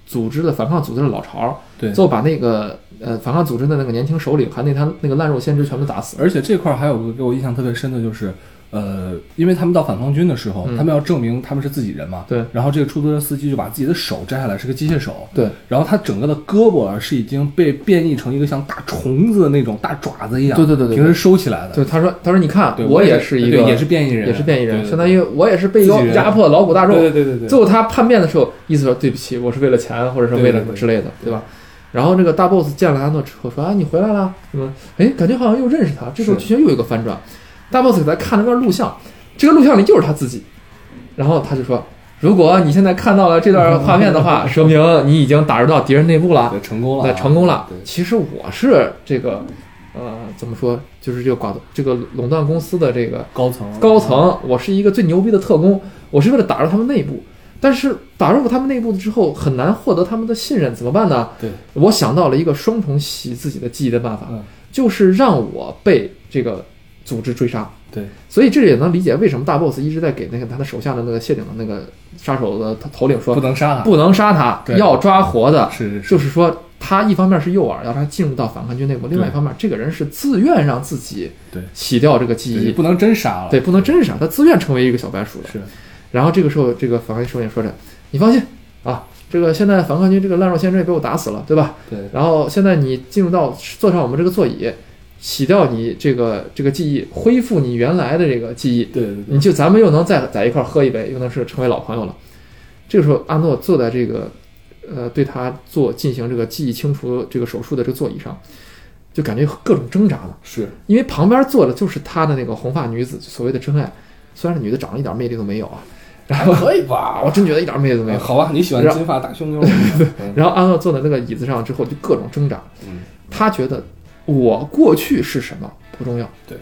组织的反抗组织的老巢，对最后把那个呃反抗组织的那个年轻首领还有那他那个烂肉先知全部打死。而且这块儿还有个给我印象特别深的就是，呃，因为他们到反抗军的时候，嗯他们要证明他们是自己人嘛。对。然后这个出租车司机就把自己的手摘下来，是个机械手。对。然后他整个的胳膊啊是已经被变异成一个像大虫子的那种大爪子一样，对对对对对平时收起来的。对，他说他说你看对，啊我也也是一个对也是变异人，也是变异人，对相当于我也是被自己人压迫的劳苦大众。对对对对对最后他叛变的时候，意思说对不起，我是为了钱，或者是为了什么之类的，对吧？然后这个大 boss 见了阿诺之后说啊，你回来了，什么？哎，感觉好像又认识他。这时候是剧情又有一个反转，大 boss 给他看了段录像，这个录像里就是他自己。然后他就说，如果你现在看到了这段画面 的话，说明你已经打入到敌人内部了对，成功了啊，那成功了对。其实我是这个，呃，怎么说，就是这个寡这个垄断公司的这个高层啊高层，我是一个最牛逼的特工，我是为了打入他们内部。但是打入他们内部之后，很难获得他们的信任，怎么办呢？对，我想到了一个双重洗自己的记忆的办法，嗯就是让我被这个组织追杀。对所以这也能理解为什么大 boss 一直在给那个他的手下的那个谢顶的那个杀手的头领说不，能杀他，不能杀他，对要抓活的。是是是，就是说，他一方面是诱饵，让他进入到反抗军内部；，另外一方面，这个人是自愿让自己对洗掉这个记对忆不，能真杀了，对，不能真傻，他自愿成为一个小白鼠的。是然后这个时候，这个反抗军首领说着：“你放心啊，这个现在反抗军这个烂肉先生也被我打死了，对吧？对然后现在你进入到坐上我们这个座椅，洗掉你这个这个记忆，恢复你原来的这个记忆，对对对你就咱们又能再在一块儿喝一杯，又能是成为老朋友了。这个时候，阿诺坐在这个，呃，对他做进行这个记忆清除这个手术的这个座椅上，就感觉各种挣扎呢，是因为旁边坐的就是他的那个红发女子，所谓的真爱。虽然这女的长得一点魅力都没有啊，然后可以啊，吧？啊我真觉得一点魅力都没有。好吧，你喜欢金发大胸妞， 嗯然后阿诺坐在那个椅子上之后，就各种挣扎。嗯他觉得我过去是什么不重要，对，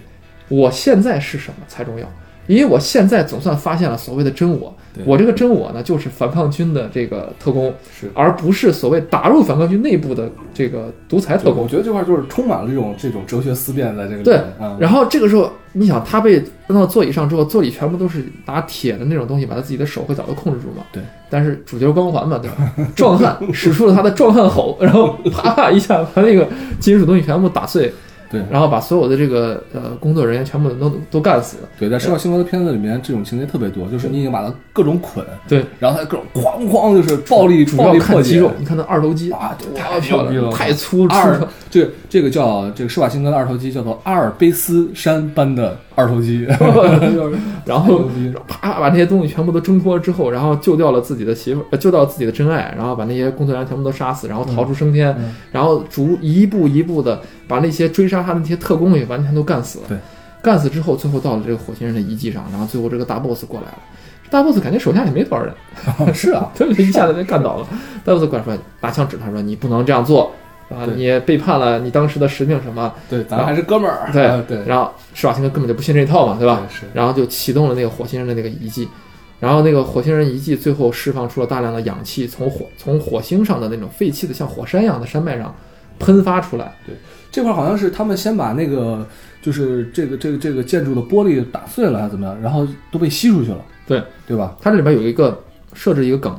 我现在是什么才重要，因为我现在总算发现了所谓的真我对。我这个真我呢，就是反抗军的这个特工，是而不是所谓打入反抗军内部的这个独裁特对，我工。觉得这块就是充满了这种这种哲学思辨在这个里对面啊。然后这个时候，你想他被搬到座椅上之后，座椅全部都是拿铁的那种东西把他自己的手和脚都控制住嘛。对。但是主角光环嘛，对吧？ 壮汉使出了他的壮汉吼，然后啪啪一下把那个金属东西全部打碎，对然后把所有的这个呃工作人员全部都都干死。对，在《生化星球》的片子里面，这种情节特别多，就是你已经把它各种捆，对，然后它各种哐哐就是暴力主暴要力看破肌解肉，你看那二头肌啊对哇太漂牛亮逼了，了太粗粗二了。，这个这个叫这个施瓦辛格的二头肌叫做阿尔卑斯山般的二头肌， 然二后头肌啪把这些东西全部都挣脱之后，然后救掉了自己的媳妇儿，呃救掉了自己的真爱，然后把那些工作人员全部都杀死，然后逃出升天，嗯然后逐一步一步的把那些追杀他的那些特工也完全都干死了。对，干死之后，最后到了这个火星人的遗迹上，然后最后这个大 boss 过来了，大 boss 感觉手下也没多少人，是啊，他就一下子被干倒了。大 boss 过来说，拿枪指他说：“你不能这样做。”啊！对你背叛了你当时的使命什么？ 对，咱们还是哥们儿，对啊对，然后施瓦辛格根本就不信这一套嘛，对吧？是然后就启动了那个火星人的那个遗迹，然后那个火星人遗迹最后释放出了大量的氧气，从火从火星上的那种废弃的像火山一样的山脉上喷发出来。这块儿好像是他们先把那个就是这个这个这个建筑的玻璃打碎了还是怎么样，然后都被吸出去了，对对吧？它这里边有一个设置一个梗，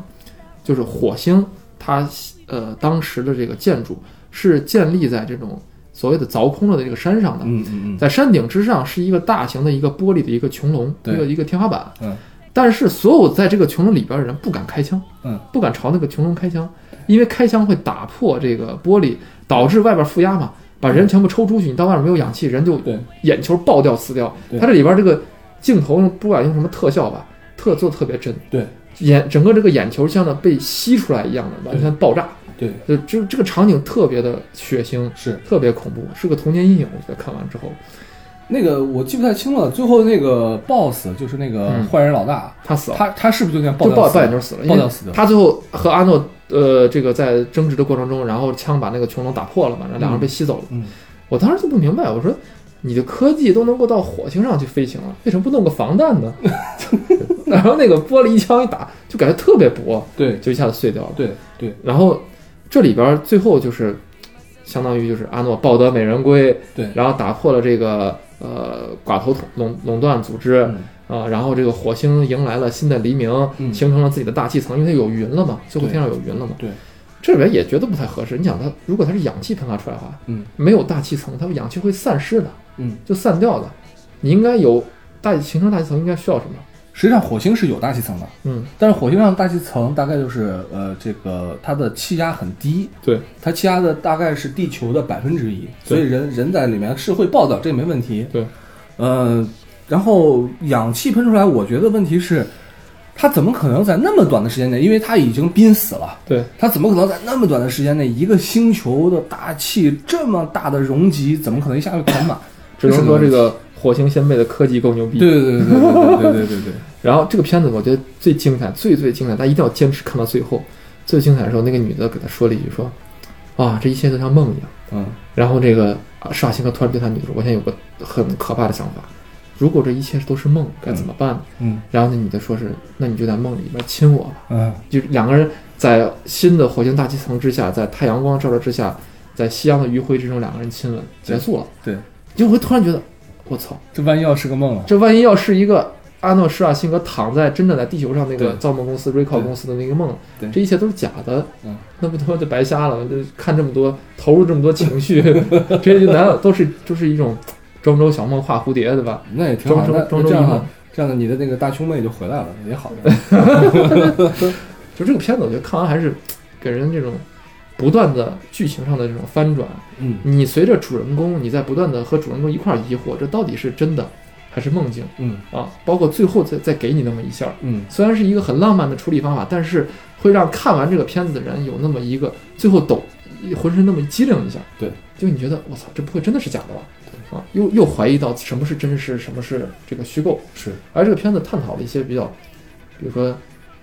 就是火星它呃当时的这个建筑是建立在这种所谓的凿空了的这个山上的，嗯嗯嗯，在山顶之上是一个大型的一个玻璃的一个穹窿，对一个一个天花板。嗯，但是所有在这个穹窿里边的人不敢开枪，嗯，不敢朝那个穹窿开枪，因为开枪会打破这个玻璃，导致外边负压嘛，把人全部抽出去，你到外面没有氧气，人就嗯对眼球爆掉死掉对。它这里边这个镜头不管用什么特效吧，特做得特别真，对眼整个这个眼球像那被吸出来一样的完全爆炸，对就就这个场景特别的血腥，是特别恐怖，是个童年阴影。我觉得看完之后，那个我记不太清了，最后那个 boss 就是那个嗯坏人老大，他死了，他他是不是就那样爆就爆掉爆眼死？球死了，因爆为掉死的他最后和阿诺呃这个在争执的过程中，然后枪把那个穹窿打破了嘛，然后两个人被吸走了。嗯，我当时就不明白，我说你的科技都能够到火星上去飞行了，为什么不弄个防弹呢？ 然后那个玻璃一枪一打，就感觉特别薄，对就一下子碎掉了。对对，然后这里边最后就是相当于就是阿诺抱得美人归，对然后打破了这个呃寡头统垄垄断组织啊、嗯然后这个火星迎来了新的黎明，嗯形成了自己的大气层，因为它有云了嘛，最后天上有云了嘛。对，这里边也觉得不太合适。你想它，如果它是氧气喷发出来的话，嗯没有大气层，它氧气会散失的，嗯。就散掉的。你应该有大形成大气层，应该需要什么？实际上火星是有大气层的，嗯，但是火星上的大气层大概就是呃，这个它的气压很低，对，它气压的大概是地球的百分之一，所以人人在里面是会暴躁，这没问题。对，呃，然后氧气喷出来，我觉得问题是，它怎么可能在那么短的时间内，因为它已经濒死了。对，它怎么可能在那么短的时间内，一个星球的大气这么大的容积，怎么可能一下就填满？只能说这这个火星先辈的科技够牛逼。对对对对对对对对对，然后这个片子我觉得最精彩，最最精彩，大家一定要坚持看到最后。最精彩的时候，那个女的给他说了一句说：“啊，这一切都像梦一样。嗯，”然后这个啊施瓦辛格突然对他女的说：“我现在有个很可怕的想法，如果这一切都是梦，该怎么办呢？”嗯然后那女的说是：“那你就在梦里边亲我吧。嗯，”就是两个人在新的火星大气层之下，在太阳光照耀之下，在夕阳的余晖之中，两个人亲吻，结束了。对，就会突然觉得，我操，这弯药是个梦啊。这万一要是一个阿诺施瓦辛格躺在真的在地球上那个对造梦公司 Recall 对公司的那个梦对，这一切都是假的，嗯那不他妈就白瞎了？就看这么多，投入这么多情绪，这些就难道都是就是一种庄周小梦画蝴蝶，对吧？那也挺好，装那装那这样装的这样的，你的那个大胸妹就回来了，也好点。就这个片子，我觉得看完还是给人这种不断的剧情上的这种翻转。嗯你随着主人公，你在不断的和主人公一块儿疑惑，这到底是真的还是梦境嗯啊？包括最后再再给你那么一下儿。嗯，虽然是一个很浪漫的处理方法，但是会让看完这个片子的人有那么一个最后抖，浑身那么机灵一下。对，就你觉得我操，这不会真的是假的吧？啊，又又怀疑到什么是真实，什么是这个虚构。是而这个片子探讨了一些比较，比如说，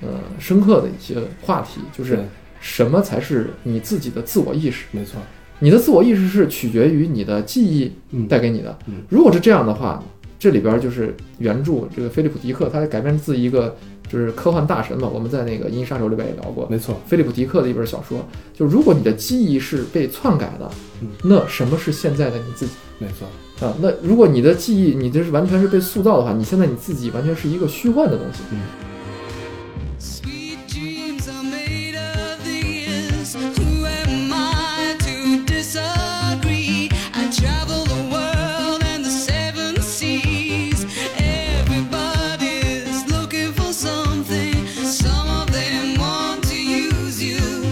呃，深刻的一些话题，就是对什么才是你自己的自我意识？没错。你的自我意识是取决于你的记忆嗯，带给你的嗯。如果是这样的话，这里边就是原著这个菲利普·迪克，他改编自一个就是科幻大神嘛，我们在那个《银翼杀手》里边也聊过。没错。菲利普·迪克的一本小说，就如果你的记忆是被篡改的嗯，那什么是现在的你自己没错。啊？那如果你的记忆你这是完全是被塑造的话，你现在你自己完全是一个虚幻的东西。嗯 Sweet dreams are made of these. Who am I to disagree? I travel the world and the seven seas. Everybody's looking for something. Some of them want to use you.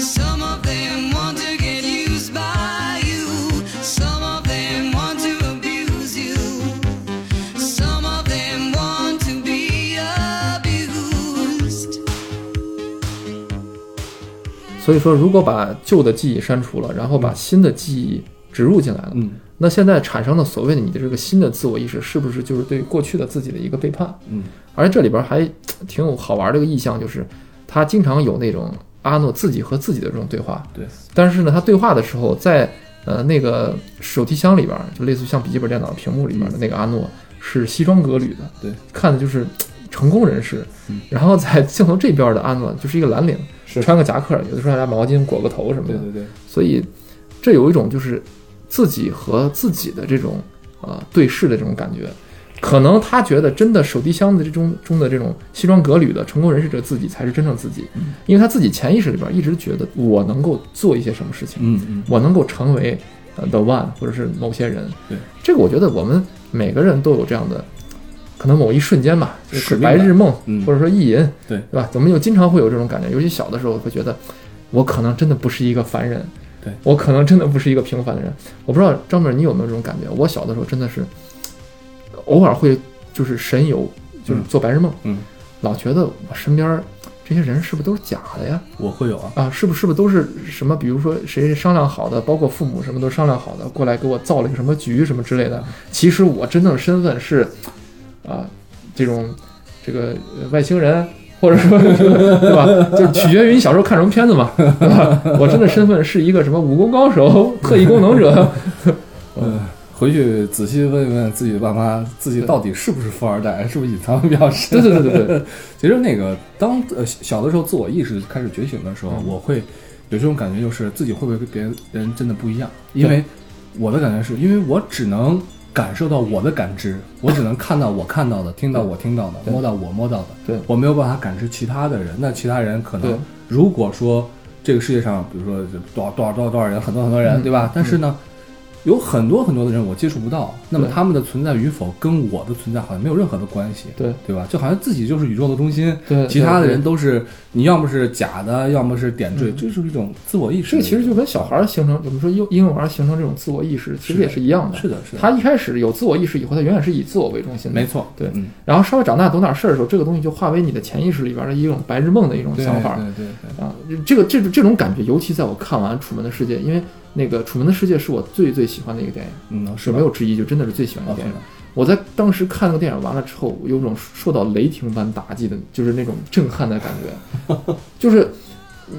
Some of them want to get used by you. Some of them want to abuse you. Some of them want to be abused. 所以说，如果把旧的记忆删除了，然后把新的记忆植入进来了，嗯那现在产生的所谓的你的这个新的自我意识，是不是就是对过去的自己的一个背叛？嗯而这里边还挺有好玩的一个意象，就是他经常有那种阿诺自己和自己的这种对话。对，但是呢，他对话的时候，在呃那个手提箱里边，就类似于像笔记本电脑的屏幕里边的那个阿诺是西装革履的，对，看的就是成功人士嗯。然后在镜头这边的阿诺就是一个蓝领，是穿个夹克，有的时候还拿毛巾裹个头什么对的。对对，所以这有一种就是自己和自己的这种啊、呃对视的这种感觉。可能他觉得真的手提箱的这种中的这种西装革履的成功人士者自己才是真正自己，因为他自己潜意识里边一直觉得我能够做一些什么事情，嗯嗯我能够成为呃 the one 或者是某些人。对，这个我觉得我们每个人都有这样的，可能某一瞬间吧，就使是命感白日梦，嗯或者说意淫，对对吧？我们就经常会有这种感觉，尤其小的时候会觉得，我可能真的不是一个凡人，对我可能真的不是一个平凡的人。我不知道张本你有没有这种感觉？我小的时候真的是，偶尔会就是神游，就是嗯做白日梦，嗯，老觉得我身边儿这些人是不是都是假的呀？我会有啊，啊，是不是不是都是什么？比如说谁谁商量好的，包括父母什么都商量好的，过来给我造了一个什么局什么之类的。嗯其实我真正的身份是，啊，这种这个呃外星人，或者说对吧？就是取决于你小时候看什么片子嘛，对吧？我真的身份是一个什么武功高手、特异功能者，嗯，回去仔细问一问自己的爸妈，自己到底是不是富二代，是 不是隐藏的比较深？对对对对对。 其实那个当呃小的时候，自我意识开始觉醒的时候，嗯我会有这种感觉，就是自己会不会跟别人真的不一样？因为我的感觉是因为我只能感受到我的感 知，我只能看到我看到的，听到我听到的，对摸到我摸到的，对我没有办法感知其他的人。那其他人可能对如果说这个世界上，比如说多少多少多少多少人，很多很多人，嗯对吧？但是呢。有很多很多的人我接触不到，那么对他们的存在与否跟我的存在好像没有任何的关系。对对吧？就好像自己就是宇宙的中心，对其他的人呃对嗯都是你要么是假的，要么是点缀，这就是一种自我意识这的个一种。其实就跟小孩儿形成，我们说婴婴儿形成这种自我意识，其实也是一样的。是的，是的，他一开始有自我意识以后，他永远是以自我为中心的。没错，对嗯，然后稍微长大懂点事儿的时候，这个东西就化为你的潜意识里边的一种白日梦的一种对想法对对对，啊。这个这种这种感觉，尤其在我看完《楚门的世界》，因为那个《楚门的世界》是我最最喜欢的一个电影，嗯，是没有之一，就真的是最喜欢的啊，电影。我在当时看那个电影完了之后，有种受到雷霆般打击的，就是那种震撼的感觉， 就是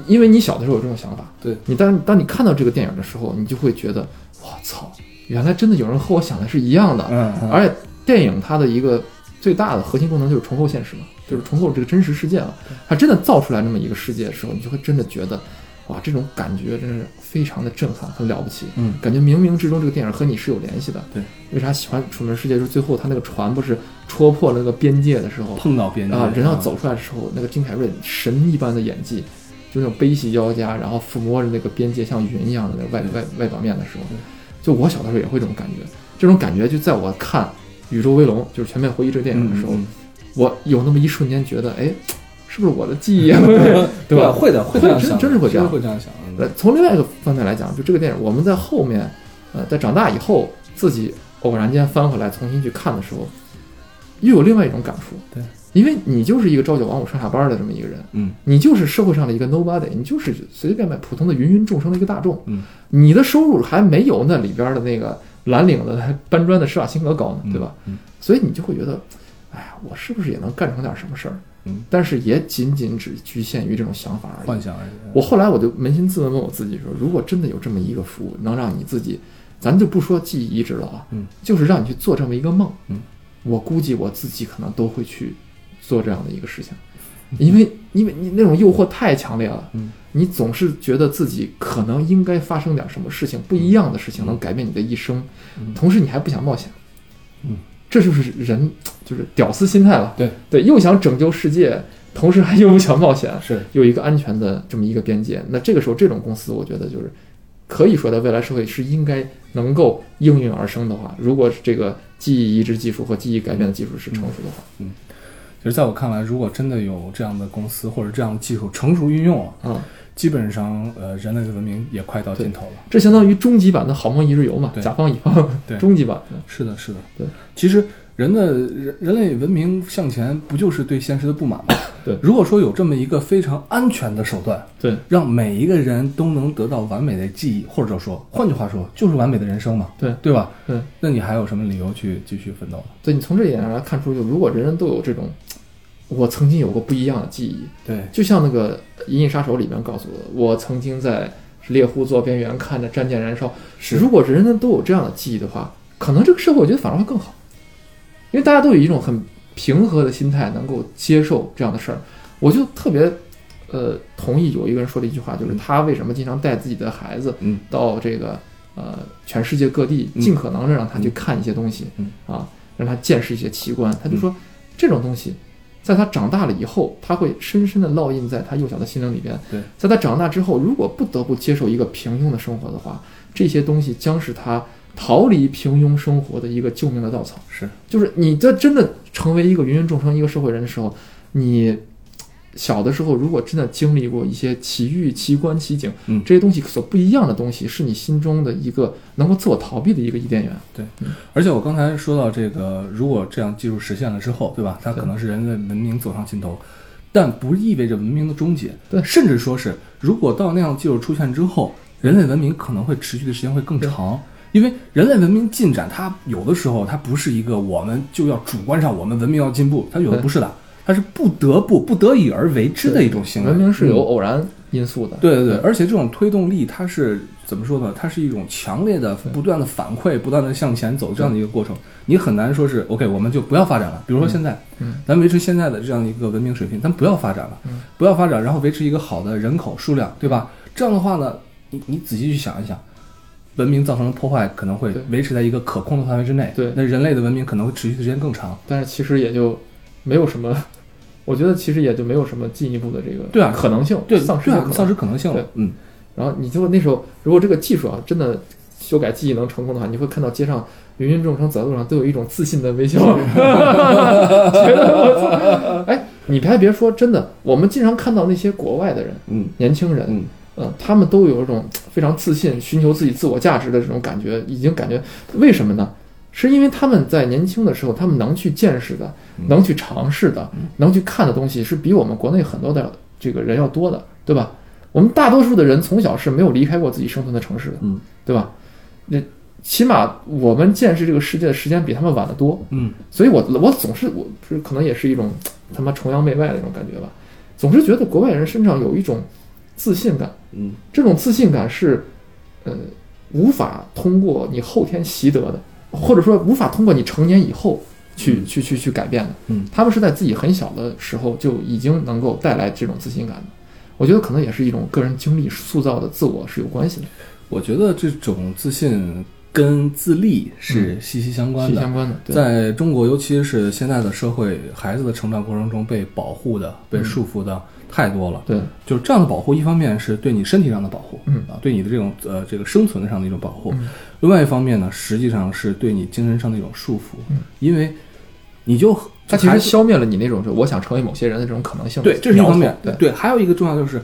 因为你小的时候有这种想法，对你当当你看到这个电影的时候，你就会觉得，我操，原来真的有人和我想的是一样的，嗯，嗯而且电影它的一个最大的核心功能就是重构现实嘛，就是重构这个真实世界了。它真的造出来那么一个世界的时候，你就会真的觉得，哇，这种感觉真是非常的震撼，很了不起。嗯感觉冥冥之中这个电影和你是有联系的。对，为啥喜欢《楚门世界》？就是最后他那个船不是戳破了那个边界的时候，嗯碰到边界啊，人要走出来的时候，那个金凯瑞神一般的演技，就那种悲喜交加，然后抚摸着那个边界像云一样的那个外外外表面的时候对，就我小的时候也会这种感觉。这种感觉就在我看《宇宙威龙》就是《全面回忆》这个电影的时候，嗯嗯嗯我有那么一瞬间觉得，哎，是不是我的 记忆啊？ 对吧？嗯会的，会这样真想的，真是会这样会这样想，嗯呃，从另外一个方面来讲，就这个电影，我们在后面，呃，在长大以后，自己偶然间翻回来重新去看的时候，又有另外一种感触。对，因为你就是一个朝九晚五上下班的这么一个人，嗯你就是社会上的一个 nobody，你就是随随便便普通的芸芸众生的一个大众，嗯，你的收入还没有那里边的那个蓝领的搬砖的施瓦辛格高呢，嗯对吧？嗯所以你就会觉得，哎呀，我是不是也能干成点什么事儿？嗯，但是也仅仅只局限于这种想法而已。幻想而已。我后来我就扪心自问，问我自己说，如果真的有这么一个服务，能让你自己，咱就不说记忆移植了啊，嗯，就是让你去做这么一个梦，嗯，我估计我自己可能都会去做这样的一个事情，因为因为你那种诱惑太强烈了，嗯，你总是觉得自己可能应该发生点什么事情，不一样的事情能改变你的一生，嗯同时你还不想冒险，嗯，这就是人就是屌丝心态了，对对，又想拯救世界，同时还又不想冒险，是有一个安全的这么一个边界。那这个时候，这种公司我觉得就是可以说在未来社会是应该能够应运而生的话，如果这个记忆移植技术和记忆改变的技术是成熟的话，其实在我看来，如果真的有这样的公司或者这样的技术成熟运用了，啊、基本上呃人类的文明也快到尽头了。这相当于终极版的好梦一日游嘛，对甲方乙方对终极版的。是的，是的，对。其实人的人人类文明向前，不就是对现实的不满吗？对如果说有这么一个非常安全的手段，对让每一个人都能得到完美的记忆，或者说，换句话说，就是完美的人生嘛，对对吧？对，那你还有什么理由去继续奋斗呢？嗯所以你从这一点上来看出，就如果人人都有这种，我曾经有过不一样的记忆，对，就像那个《银翼杀手》里面告诉我的，我曾经在猎户座边缘看着战舰燃烧。是如果人人都有这样的记忆的话，可能这个社会我觉得反而会更好，因为大家都有一种很平和的心态，能够接受这样的事儿。我就特别，呃，同意有一个人说的一句话，就是他为什么经常带自己的孩子嗯到这个呃全世界各地，嗯尽可能的让他去看一些东西，嗯啊，让他见识一些奇观。他就说，这种东西，在他长大了以后，他会深深的烙印在他幼小的心灵里边。对，在他长大之后，如果不得不接受一个平庸的生活的话，这些东西将是他逃离平庸生活的一个救命的稻草。是就是你在真的成为一个芸芸众生、一个社会人的时候，你小的时候如果真的经历过一些奇遇、奇观、奇景，嗯这些东西所不一样的东西，是你心中的一个能够自我逃避的一个伊甸园。而且我刚才说到这个，如果这样技术实现了之后，对吧？它可能是人类文明走上尽头，但不意味着文明的终结。对甚至说是，如果到那样技术出现之后，人类文明可能会持续的时间会更长，因为人类文明进展，它有的时候它不是一个我们就要主观上我们文明要进步，它有的对不是的，它是不得不不得已而为之的一种行为。文明是嗯有偶然因素的，对对对，而且这种推动力，它是怎么说呢？它是一种强烈的、不断的反馈、不断的向前走这样的一个过程。你很难说是 OK，我们就不要发展了。比如说现在，嗯咱维持现在的这样一个文明水平，咱不要发展了，不要发展，然后维持一个好的人口数量，对吧？这样的话呢，你你仔细去想一想。文明造成的破坏可能会对维持在一个可控的范围之内，对那人类的文明可能会持续的时间更长，但是其实也就没有什么，我觉得其实也就没有什么进一步的这个对啊可能性，对，丧失对的啊可能丧失可能性了对，嗯，然后你就那时候，如果这个技术啊真的修改记忆能成功的话，你会看到街上芸芸众生走在路上都有一种自信的微笑，觉得我操！哎，你还别说，真的，我们经常看到那些国外的人，嗯年轻人，嗯，呃，他们都有一种非常自信、寻求自己自我价值的这种感觉，已经感觉为什么呢？是因为他们在年轻的时候，他们能去见识的、嗯能去尝试的、能去看的东西，是比我们国内很多的这个人要多的，对吧？我们大多数的人从小是没有离开过自己生存的城市的，嗯，对吧？那起码我们见识这个世界的时间比他们晚得多，嗯，所以我我总是我是可能也是一种他妈崇洋媚外的一种感觉吧，总是觉得国外人身上有一种自信感，嗯，这种自信感是，呃，无法通过你后天习得的，或者说无法通过你成年以后去、嗯去去去改变的，嗯，他们是在自己很小的时候就已经能够带来这种自信感的，我觉得可能也是一种个人经历塑造的自我是有关系的，我觉得这种自信跟自立是息息相关嗯息息的。相关的，对，在中国，尤其是现在的社会，孩子的成长过程中被保护的、被束缚的太多了。嗯对，就是这样的保护，一方面是对你身体上的保护，嗯啊，对你的这种呃这个生存上的一种保护；嗯另外一方面呢，实际上是对你精神上的一种束缚，嗯因为你就它其孩实子消灭了你那种就我想成为某些人的这种可能性，对，这是一苗头方面。对，还有一个重要就是，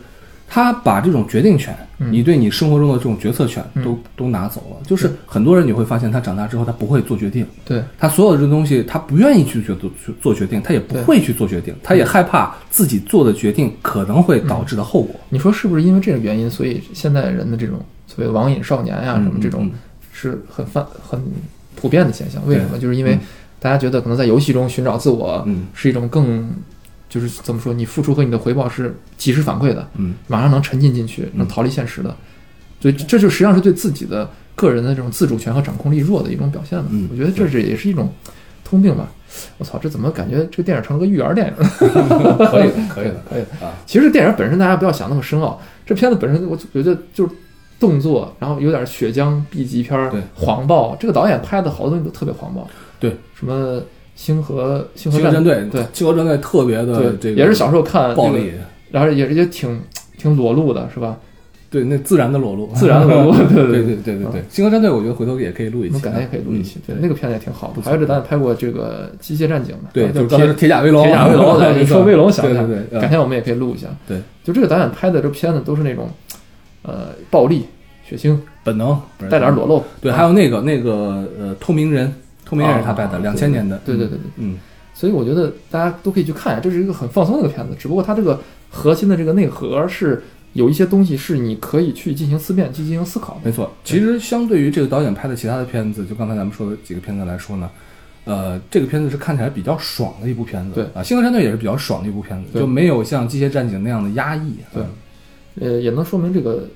他把这种决定权，嗯你对你生活中的这种决策权都、嗯都拿走了。就是很多人你会发现，他长大之后他不会做决定，对，他所有的这东西他不愿意去做做做决定，他也不对会去做决定，他也害怕自己做的决定可能会导致的后果。你说是不是因为这个原因，所以现在人的这种所谓网瘾少年呀、嗯什么这嗯种嗯是很泛很普遍的现象？为什么？对就是因为嗯大家觉得可能在游戏中寻找自我嗯是一种更就是怎么说，你付出和你的回报是及时反馈的，嗯马上能沉浸进去，能逃离现实的。所以这这就实际上是对自己的个人的这种自主权和掌控力弱的一种表现嘛嗯。我觉得这是也是一种通病吧。我操，这怎么感觉这个电影成了个育儿电影？可以的，可 以的。可以啊。其实这电影本身大家不要想那么深奥，这片子本身我觉得就是动作，然后有点血浆 B 级片儿对，黄暴。这个导演拍的好多东西都特别黄暴，对，什么星河星河青河战队，对青河战队特别的对，这个也是小时候看、暴力，，然后也也挺挺裸露的，是吧？对那自然的裸露，自然裸 露对对对对对对对。青河战队，我觉得回头也可以录一我期啊，们改天也可以录一期嗯，对，那个片子也挺好不的。错嗯还有这导演拍过这个《机械战警》嘛，对，然就后是叫刚才啊铁是铁甲威龙，铁甲卫龙，对，没你错说卫龙想一下，对对对，啊改天我们也可以录一下。对，就这个导演拍的这片子都是那种，呃，暴力、血腥，本能带点裸。露。对，啊还有那个那个呃，透明人，透明人是他拍的，啊两千年的。对对对对，嗯，所以我觉得大家都可以去看一下，这是一个很放松的一个片子，只不过它这个核心的这个内核是有一些东西是你可以去进行思辨、去进行思考的。没错。其实相对于这个导演拍的其他的片子，就刚才咱们说的几个片子来说呢，呃，这个片子是看起来比较爽的一部片子。对啊，《星河战队》也是比较爽的一部片子，对就没有像《机械战警》那样的压抑。啊嗯对呃，也能说明这个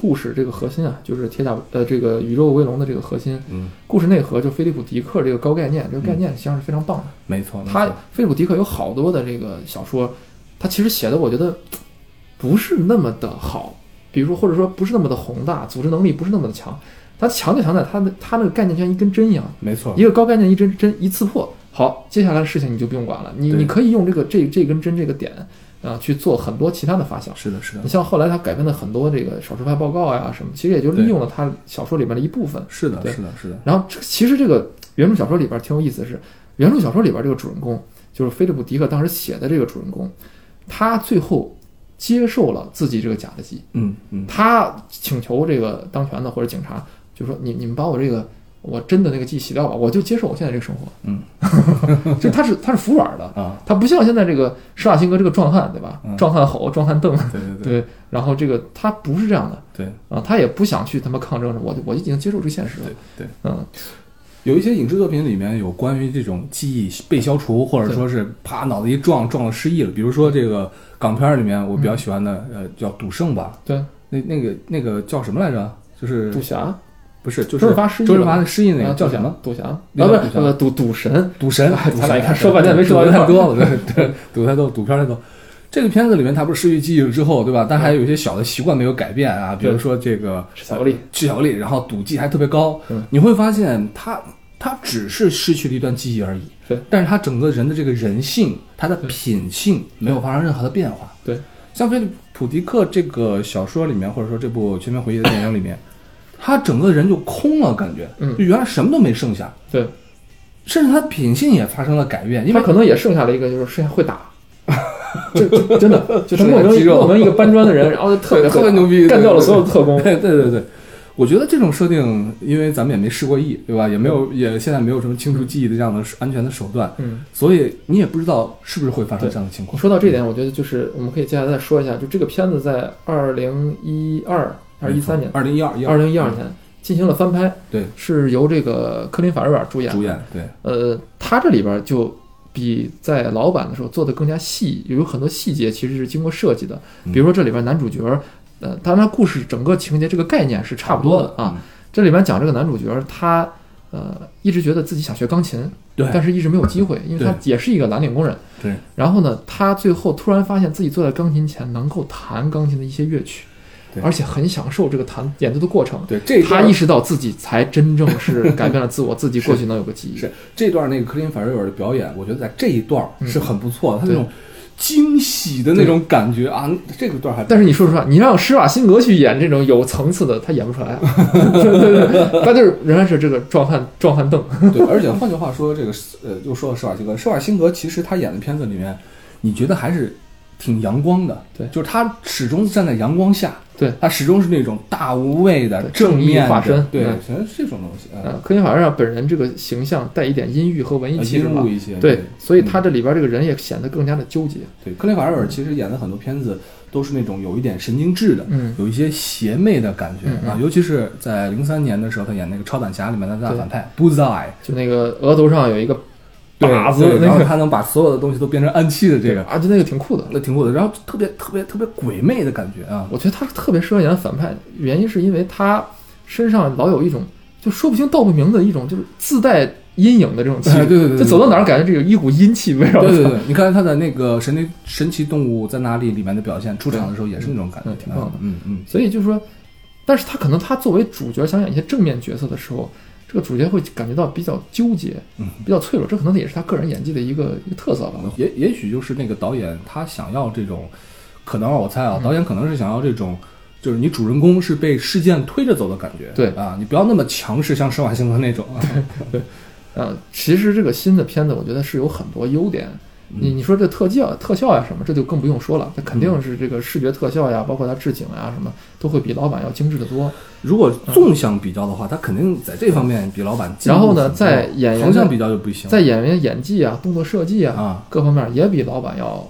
故事这个核心啊，就是铁甲呃这个宇宙威龙的这个核心嗯，故事内核，就菲利普迪克这个高概念，这个概念实际上是非常棒的。没错。没他错菲利普迪克有好多的这个小说，他其实写的我觉得不是那么的好，比如说或者说不是那么的宏大，组织能力不是那么的强。他强就强在他的他那个概念就像一根针一样，没错一，个高概念一针针一刺破。好，接下来的事情你就不用管了，你对你可以用这个这这根针这个点啊、去做很多其他的发想。是的，是的你，像后来他改编的很多这个少数派报告呀什么，其实也就利用了他小说里面的一部分。是的，对是的，是的。然后这其实这个原著小说里边挺有意思的是，原著小说里边这个主人公就是菲利普·迪克当时写的这个主人公，他最后接受了自己这个假的记忆，嗯嗯他请求这个当权的或者警察，就说你你们把我这个我真的那个记忆洗掉吧，我就接受我现在这个生活。嗯， 就他是他是服软的，啊，他不像现在这个施瓦辛格这个壮汉，对吧嗯？壮汉吼，壮汉瞪，对对对对，然后这个他不是这样的对啊，他也不想去他妈抗争，我我已经接受这个现实了对。对，嗯，有一些影视作品里面有关于这种记忆被消除，或者说是啪脑子一撞撞了失忆了。比如说这个港片儿里面我比较喜欢的，呃，叫《赌圣》吧，对，那那个那个叫什么来着？就是赌侠啊，不是就是周润发失忆了周润发的失忆那个赌叫侠什么？？赌侠啊，那不个是赌侠呃赌赌神，赌神，哎赌咱俩神一看说半天没说赌得到一块太儿多了，对对，赌太多，赌片儿太多。这个片子里面，他不是失去记忆了之后，对吧？但还有一些小的习惯没有改变啊，比如对说这个吃巧克力，吃巧克力，然后赌技还特别高，嗯你会发现他他只是失去了一段记忆而已，对但是他整个人的这个人性，他的品性没有发生任何的变化。对，像菲利普迪克这个小说里面，或者说这部《全面回忆》的电影里面，他整个人就空了，感觉，嗯就原来什么都没剩下，对，甚至他品性也发生了改变，因他为可能也剩下了一个，就是剩下 会打。就就真的，就是剩下莫名肌肉莫名一个搬砖的人，然后就特别特别会打牛逼，干掉了对对所有的特工。 对对对对，我觉得这种设定，因为咱们也没试过忆，对吧？也没有，也现在没有什么清除记忆的这样的安全的手段，嗯，所以你也不知道是不是会发生这样的情我况。说到这点，我觉得就是我们可以接下来再说一下，就这个片子在二零一二、二一三年、二零一二、二零一二年进行了翻拍，嗯对是由这个科林·法瑞尔主演。主演，对呃，他这里边就比在老版的时候做的更加细，有很多细节其实是经过设计的。嗯比如说这里边男主角，呃，当然故事整个情节这个概念是差不多的啊。，嗯这里边讲这个男主角他呃一直觉得自己想学钢琴，对但是一直没有机会，因为他也是一个蓝领工人。对，然后呢，他最后突然发现自己坐在钢琴前能够弹钢琴的一些乐曲对，而且很享受这个弹演奏的过程。对这一他段意识到自己才真正是改变了 自我，自己过去能有个记忆。是这段那个克林法瑞尔的表演，我觉得在这一段是很不错的，他那嗯对种惊喜的那种感觉啊，这个段还但是你说实话，你让施瓦辛格去演这种有层次的，他演不出来。对对对，他就是仍然是这个壮汉壮汉邓。对，而且换句话说，这个呃，又说到施瓦辛格，施瓦辛格其实他演的片子里面，你觉得还是挺阳光的，对就是他始终站在阳光下，对他始终是那种大无畏的对正面正义化的身对嗯，全是这种东西，呃，科林法瑞尔本人这个形象带一点阴郁和文艺呃气质阴吧雾。一些，对，所以他嗯这里边这个人也显得更加的纠结。对克林法瑞尔其实演的很多片子都是那种有一点神经质的，嗯有一些邪魅的感觉嗯嗯啊，尤其是在零三年的时候，他演那个超胆侠里面的大对反派 Bullseye，就那个额头上有一个对靶子对，那然后个他能把所有的东西都变成暗器的这个。啊，就那个挺酷的。那挺酷的，然后特别特别特别鬼魅的感觉啊， 我觉得他特别适合演反派，原因是因为他身上老有一种就说不清道不明的一种，就是自带阴影的这种气质。哎对对对对就走到哪儿感觉这有一股阴气围绕着对对他。对，你看他在那个《神奇神奇动物在哪里》里面的表现，出场的时候也是那种感觉，嗯挺棒的嗯嗯，所以就是说，但是他可能他作为主角想演一些正面角色的时候，这个主角会感觉到比较纠结，嗯比较脆弱，这可能也是他个人演技的一个一个特色吧。也也许就是那个导演他想要这种，可能啊我猜嗯啊，导演可能是想要这种。就是你主人公是被事件推着走的感觉，对啊，你不要那么强势，像施瓦辛格那种啊，呃，其实这个新的片子，我觉得是有很多优点。嗯你你说这特技啊、特效呀、什么，这就更不用说了，它肯嗯定是这个视觉特效呀，包括它置景呀、什么，都会比老版要精致的多。如果纵向比较的话，他肯定在这方面比老板进步然后呢很多在演员横向比较就不行，在演员演技啊、动作设计啊啊各方面也比老版要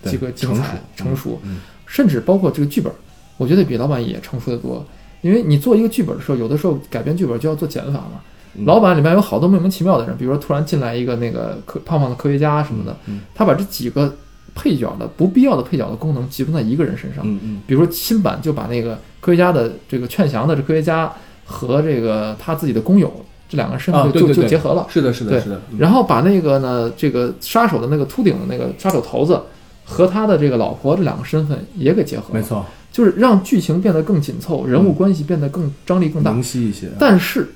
对这个精成彩、熟成熟，嗯甚至包括这个剧本，我觉得比老版也成熟的多。因为你做一个剧本的时候，有的时候改编剧本就要做减法嘛。嗯老版里面有好多莫名其妙的人，比如说突然进来一个那个科胖胖的科学家什么的，嗯他把这几个配角的不必要的配角的功能集中在一个人身上。嗯嗯比如说新版就把那个科学家的这个劝降的这科学家和这个他自己的工友这两个身啊份对就、对就对结合了嗯，。是的是的对是的，嗯然后把那个呢，这个杀手的那个秃顶的那个杀手头子和他的这个老婆这两个身份也给结合，没，错，就是让剧情变得更紧嗯凑，人物关系变得更张力更大。明晰一些，但是，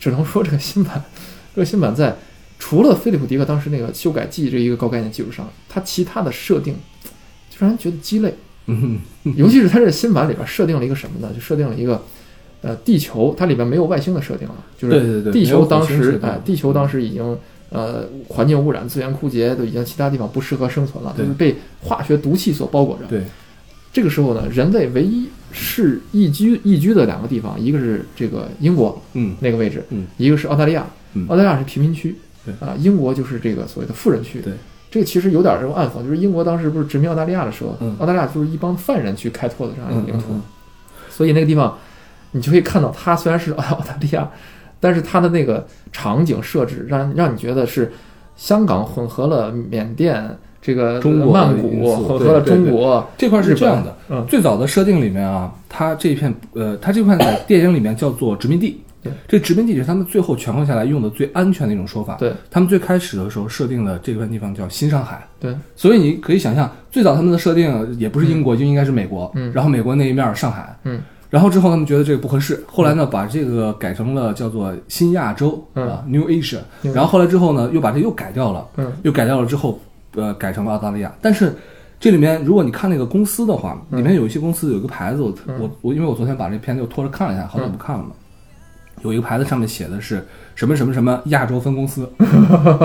只能说这个新版， 这个新版在除了菲利普迪克当时那个修改记忆这一个高概念基础上，它其他的设定就让人觉得鸡肋。嗯尤其是它这新版里边设定了一个什么呢？就设定了一个，呃，地球它里边没有外星的设定了，就对对对是没地有球火当星设时定哎、地球当时已经呃，环境污染、资源枯竭，都已经其他地方不适合生存了，对都是被化学毒气所包裹着。对，这个时候呢，人类唯一是宜居宜居的两个地方，一个是这个英国嗯那个位置，嗯一个是澳大利亚，嗯澳大利亚是贫民区，对啊、英国就是这个所谓的富人区，对，这个其实有点这种暗讽，就是英国当时不是殖民澳大利亚的时候，嗯澳大利亚就是一帮犯人去开拓的这样一嗯个嗯领土，嗯，所以那个地方你就可以看到，它虽然是澳大利亚，但是它的那个场景设置让让你觉得是香港混合了缅甸。这个中国的曼因谷素混对合了对对中国，这块是这样的日。本嗯最早的设定里面啊，它这片呃，它这块在电影里面叫做殖民地对。这殖民地是他们最后权衡下来用的最安全的一种说法。对，他们最开始的时候设定了这块地方叫新上海。对，所以你可以想象，最早他们的设定也不是英国，就应该是美国。嗯然后美国那一面儿上海。嗯，然后之后他们觉得这个不合适，后来呢把这个改成了叫做新亚洲嗯啊 New Asia，嗯然后后来之后呢又把这又改掉了，嗯又改掉了之后呃改成了澳大利亚。但是这里面如果你看那个公司的话，里面有一些公司有一个牌子，我嗯我我因为我昨天把这片子又拖着看了一下，好久不看了嘛，嗯有一个牌子上面写的是什么什么什么亚洲分公 司，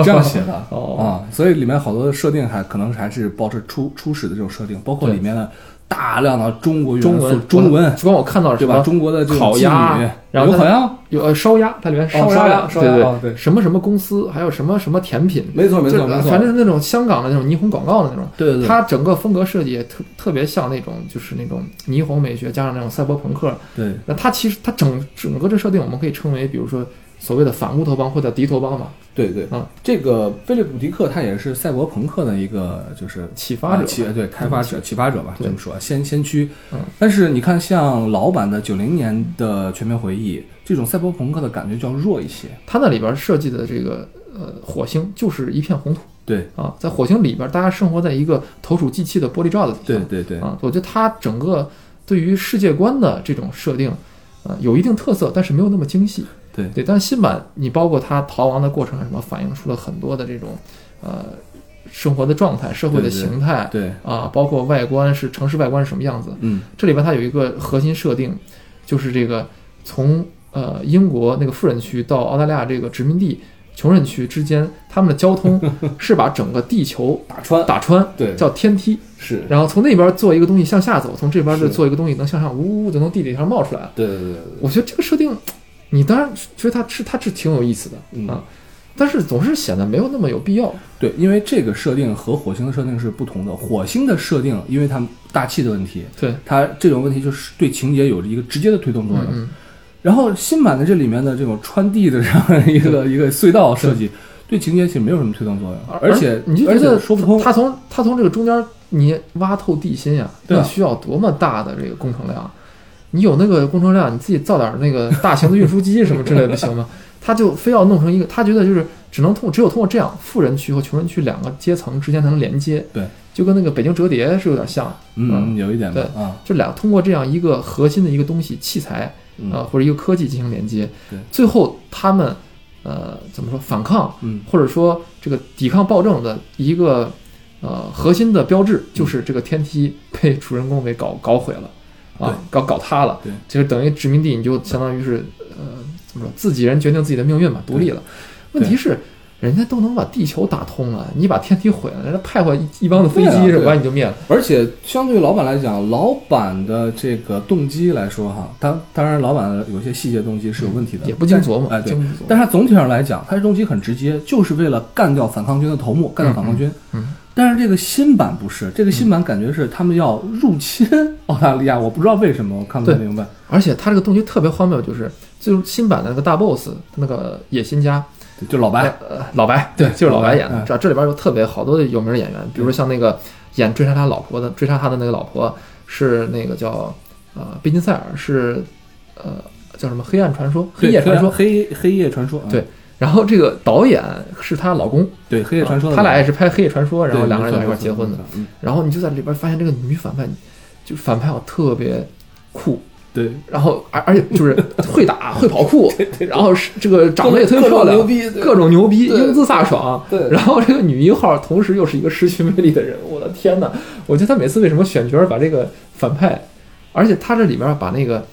这样写的啊、哦所以里面好多的设定还可能还是保持初初始的这种设定，包括对里面的大量的中国元素中文中文主要我看到的是对什吧？么中国的这种烤妓鸭女然后有它烤鸭，有呃烧鸭，它里面烧烧鸭鸭，烧鸭对哦对什么什么公司，还有什么什么甜品，没错没就错是呃没错，反正是那种香港的那种霓虹广告的那种，对对对，它整个风格设计也特特别像那种就是那种霓虹美学加上那种赛博朋克，对那它其实它整整个这设定我们可以称为，比如说所谓的反乌托邦或者敌托邦嘛，对对啊，这个菲利普迪克他也是赛博朋克的一个就是启发者啊启对开发者启发者吧，对这么说先先驱嗯。但是你看，像老版的九零年的《全面回忆》，这种赛博朋克的感觉就要弱一些。它那里边设计的这个呃火星就是一片红土对啊，在火星里边大家生活在一个投鼠忌器的玻璃罩子底下，对对对，啊，我觉得它整个对于世界观的这种设定，呃，有一定特色，但是没有那么精细。对对，但是新版你包括它逃亡的过程啊什么，反映出了很多的这种呃生活的状态、社会对的对形态对，啊，包括外观是城市外观是什么样子。嗯这里边它有一个核心设定，就是这个从呃英国那个富人区到澳大利亚这个殖民地。穷人区之间，他们的交通 是把整个地球打穿打穿，对叫天梯。是，然后从那边做一个东西向下走，从这边是再做一个东西能向上，呜呜呜就从地底下冒出来了。对对对对我觉得这个设定，你当然觉得它是它是挺有意思的、嗯啊，但是总是显得没有那么有必要。对，因为这个设定和火星的设定是不同的。火星的设定，因为它大气的问题，对，它这种问题就是对情节有着一个直接的推动作用。嗯然后新版的这里面的这种穿地的这样一个一个隧道设计，对情节其实没有什么推动作用嗯，，而啊而且你就而觉得且说不通。它从它从这个中间你挖透地心呀、对啊那需要多么大的这个工程量？啊你有那个工程量，你自己造点那个大型的运输机什么之类的不行吗？ 他就非要弄成一个，他觉得就是只能通，只有通过这样，富人区和穷人区两个阶层之间才能连接。对，就跟那个北京折叠是有点像，嗯，有一点吧，对啊，就俩通过这样一个核心的一个东西器材嗯啊、或者一个科技进行连接对，最后他们呃怎么说反抗，嗯或者说这个抵抗暴政的一个呃核心的标嗯志，就是这个天梯被主人公给搞搞毁了，啊，搞搞塌了，对，就是等于殖民地你就相当于是呃怎么说自己人决定自己的命运嘛，独立了。对问题是。人家都能把地球打通了，你把天梯毁了，人家派过一一帮子飞对啊机对是啊吧？把你就灭了。而且相对于老板来讲，老板的这个动机来说哈，当当然老板有些细节动机是有问题的，也不经琢磨但哎，对经不琢磨，但是他总体上来讲，他的动机很直接，就是为了干掉反抗军的头目，干掉反抗军。嗯嗯但是这个新版不是，这个新版感觉是他们要入侵 澳大利亚，我不知道为什么，我看不太对明白。而且他这个动机特别荒谬，就是最终新版的那个大 boss 那个野心家，就老白，呃，老白，对，就是老白演老白嗯。的这这里边有特别好多的有名的演员，比如说像那个演追杀他老婆的，追杀他的那个老婆是那个叫呃贝金塞尔，是呃叫什么黑暗传说、黑夜传说。黑黑夜传说，啊对然后这个导演是她老公，对，黑夜传说的啊他老俩白，也是拍《黑夜传说》，然后对两个人在一块儿没错结婚的没。错嗯然后你就在里边发现这个女反派，就反派啊特别酷，对，然后而而且就是会打会跑 酷，然后是这个长得也特别漂各种亮，牛逼对各种牛逼，对英姿飒爽。对然后这个女一号同时又是一个失去魅力的人，我的天呐，我觉得他每次为什么选角儿把这个反派，而且他这里边儿把那个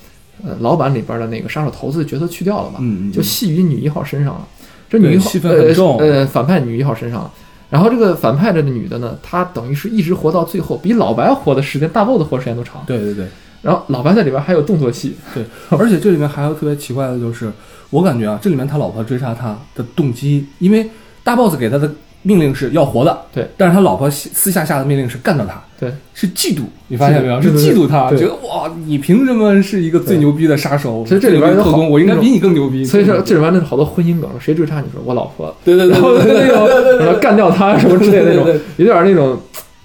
呃老板里边儿的那个杀手头子的角色去掉了嘛，嗯嗯嗯就系于女一号身上了。这女一对号戏份很重呃，呃反派女一号身上。然后这个反派的女的呢，她等于是一直活到最后，比老白活的时间大 BOSS 活的时间都长。对对对然后老白在里边还有动作戏，对，而且这里面还有特别奇怪的就是，我感觉啊，这里面他老婆追杀他的动机，因为大 boss 给他的命令是要活的，对，但是他老婆私私下下的命令是干掉他，对，是嫉妒，你发现没有？是是的嫉妒他，对觉得哇，你凭什么是一个最对牛逼的杀手？所以这里边最牛逼的有特工，好我应该比你更牛逼。所以说对这里边那好多婚姻梗，谁追杀你说我老婆，对对对然后对对对那种什么干掉他什么之类的那对对种对，有点那种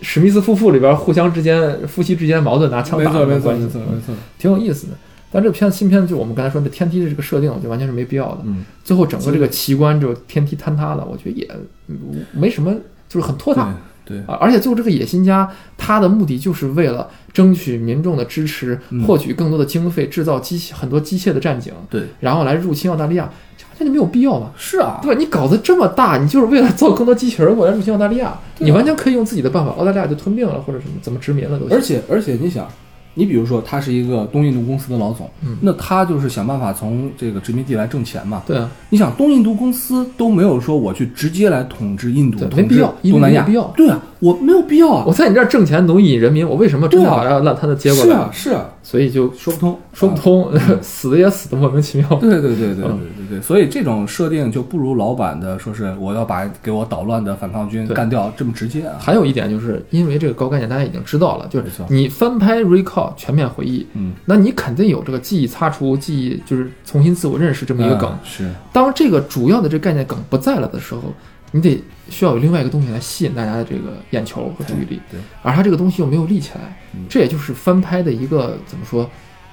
史密斯夫妇里边互相之间夫妻之间矛盾拿枪没打错的没那种错关系没，错没错，挺有意思的。但这片新片就我们刚才说的天梯的这个设定，我觉得完全是没必要的。嗯，最后整个这个奇观就天梯坍塌了，我觉得也嗯没什么，就是很拖沓。对对啊，而且最后这个野心家，他的目的就是为了争取民众的支持，嗯获取更多的经费，制造机械很多机械的战警，对，然后来入侵澳大利亚，这完全就没有必要嘛，是啊，对吧？你搞得这么大，你就是为了造更多机器人过来入侵澳大利亚，对啊你完全可以用自己的办法，澳大利亚就吞并了或者什么怎么殖民了都行。而且而且你想，你比如说他是一个东印度公司的老总，嗯那他就是想办法从这个殖民地来挣钱嘛。对啊，你想东印度公司都没有说我去直接来统治印度，对统治没必要东南亚没必要哦对啊，我没有必要啊我。在你这儿挣钱，奴役人民，我为什么真的对啊把这烂摊子接过是来？啊是啊，所以就说不通，说不啊。通， 死的也死的莫名其妙。 对对对对对对嗯对对，所以这种设定就不如老版的说是我要把给我捣乱的反抗军对干掉这么直接啊。还有一点就是因为这个高概念，大家已经知道了，就是没错你翻拍 recall 全面回忆，嗯，那你肯定有这个记忆擦除、记忆就是重新自我认识这么一个梗。嗯是，当这个主要的这个概念梗不在了的时候，你得需要有另外一个东西来吸引大家的这个眼球和注意力，对，而它这个东西又没有立起来，嗯这也就是翻拍的一个怎么说，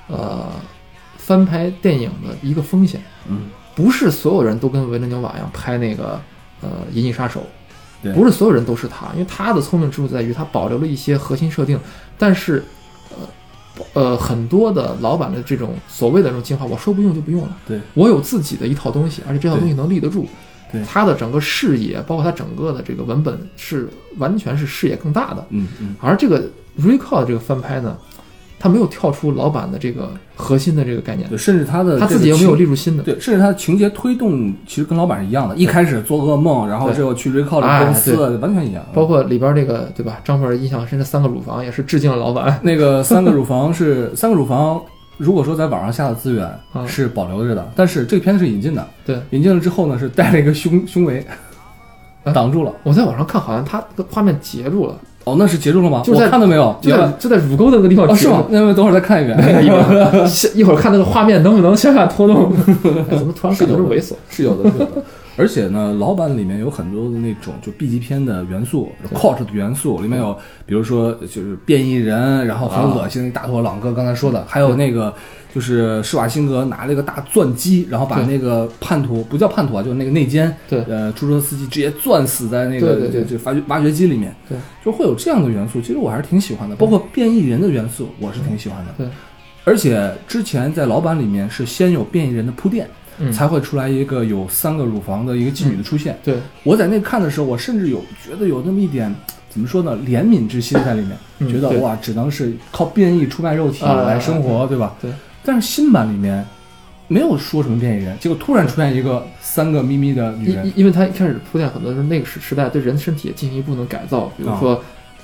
呃，翻拍电影的一个风险。嗯，不是所有人都跟维伦纽瓦一样拍那个呃《银翼杀手对》，不是所有人都是他，因为他的聪明之处在于他保留了一些核心设定，但是呃呃很多的老板的这种所谓的这种进化，我说不用就不用了，对我有自己的一套东西，而且这套东西能立得住。对他的整个视野，包括他整个的这个文本是完全是视野更大的，嗯嗯，而这个 recall 这个翻拍呢，他没有跳出老板的这个核心的这个概念对，，甚至他的他这自个己也没有情立住新的。对，甚至他的情节推动其实跟老板是一样的，一开始做噩梦，然后对最后去 recall 哎这公司，对完全一样。包括里边这个对吧？张本印象深的三个乳房也是致敬了老板，那个三个乳房是三个乳房，如果说在网上下的资源啊是保留着的，但是这个片子是引进的，对引进了之后呢是带了一个胸胸围啊挡住了。我在网上看，好像他这个画面截住了，哦，那是截住了吗？就在我看到没有？就原在来就在乳沟的那个地方哦，截是住吗？？那等会儿再看一 哎一会遍。儿下一会儿看那个画面能不能向下拖动？哎怎么突然感觉是猥琐？ 是有的，是有的。而且呢，老版里面有很多的那种就 B 级片的元素，cult 的元素，里面有比如说就是变异人，然后很啊恶心的大头朗哥刚才说的，还有那个就是施瓦辛格拿了一个大钻机，然后把对那个叛徒不叫叛徒啊，就是那个内奸，对呃，出租车司机直接钻死在那个对对对就挖掘挖掘机里面，对，就会有这样的元素。其实我还是挺喜欢的，包括变异人的元素，我是挺喜欢的。对，而且之前在老版里面是先有变异人的铺垫，嗯才会出来一个有三个乳房的一个妓女的出现。对，我在那看的时候，我甚至有觉得有那么一点怎么说呢，怜悯之心在里面，嗯觉得对哇，只能是靠变异出卖肉体啊来生活，对吧？对。但是新版里面没有说什么变异人，结果突然出现一个三个咪咪的女因人因，因为他一开始铺垫很多是那个时时代对人的身体也进行一步的改造，比如说。哦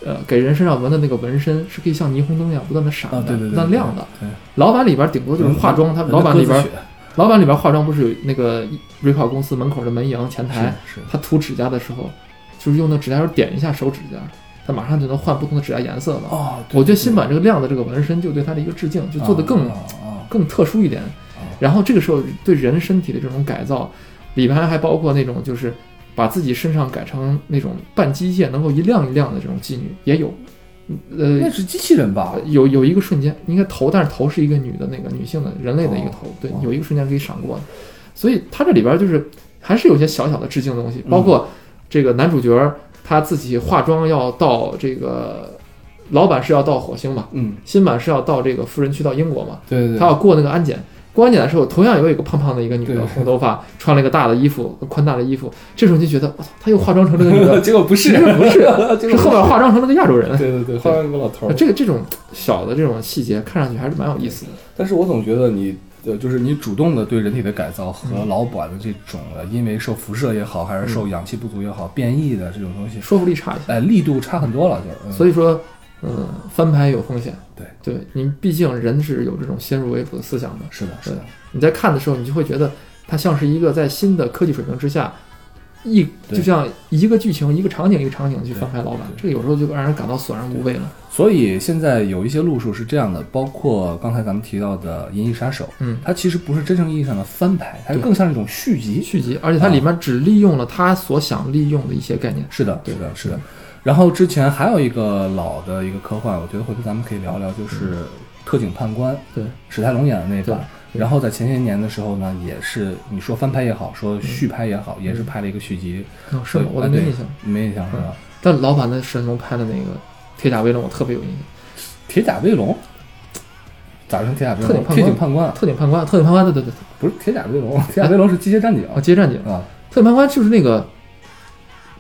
呃，给人身上纹的那个纹身是可以像霓虹灯一样不断的闪的、啊，对对对，不断对亮的。，对，老板里边顶多就是化妆，他人老板里边鸽子血老板里边化妆不是有那个瑞考公司门口的门迎前台，是是他涂指甲的时候，就是用那指甲油点一下手指甲，他马上就能换不同的指甲颜色了。哦，对我觉得新版这个亮的这个纹身就对他的一个致敬，就做的更、啊啊啊更特殊一点。哦然后这个时候对人身体的这种改造，里边还包括那种就是把自己身上改成那种半机械能够一亮一亮的这种妓女也有，呃，那是机器人吧？有有一个瞬间，应该头，但是头是一个女的那个女性的人类的一个头，对哦，有一个瞬间可以闪过的，所以它这里边就是还是有一些小小的致敬的东西，包嗯括这个男主角儿他自己化妆要到这个，老板是要到火星嘛，嗯，新版是要到这个富人区到英国嘛，对对对，他要过那个安检。过安检的时候，同样有一个胖胖的一个女对的，红头发，穿了一个大的衣服，宽大的衣服。这时候你就觉得，我操，她又化妆成这个女的 ，结果不其是实，不是，结是果后面化妆成了个亚洲人。 对对对，后面有个老头儿这个这种小的这种细节，看上去还是蛮有意思的。但是我总觉得你呃，就是你主动的对人体的改造嗯和老板的这种的，因为受辐射也好，还是受氧气不足也好，变异的这种东西，说服力差一些。哎，力度差很多了，就是。嗯所以说，嗯，翻盘有风险。对，对你毕竟人是有这种先入为主的思想的。是的，是的，你在看的时候，你就会觉得它像是一个在新的科技水平之下，一对就像一个剧情、一个场景、一个场景去翻拍老板对，对这个有时候就让人感到索然无味了。所以现在有一些路数是这样的，包括刚才咱们提到的《银翼杀手》，嗯，它其实不是真正意义上的翻拍，它对更像一种续集。续集，而且它里面只利用了他所想利用的一些概念。是的，是的，是的。然后之前还有一个老的一个科幻，我觉得回头咱们可以聊聊，就是《特警判官》，对，史泰龙演的那嗯对版。然后在前些年的时候呢，也是你说翻拍也好，说续拍也好，也嗯是拍了一个续集。哦，是吗？我的都没印象。没印象是吧？但老版的神龙拍的那个《铁甲威龙》，我特别有印象。铁甲威龙咋成铁甲威嗯特龙警？判官铁警判官啊特警判官，特警判官，对对对，不是铁甲威龙，铁甲威龙是机械战警哦，街战警，啊，特警判官就是那个，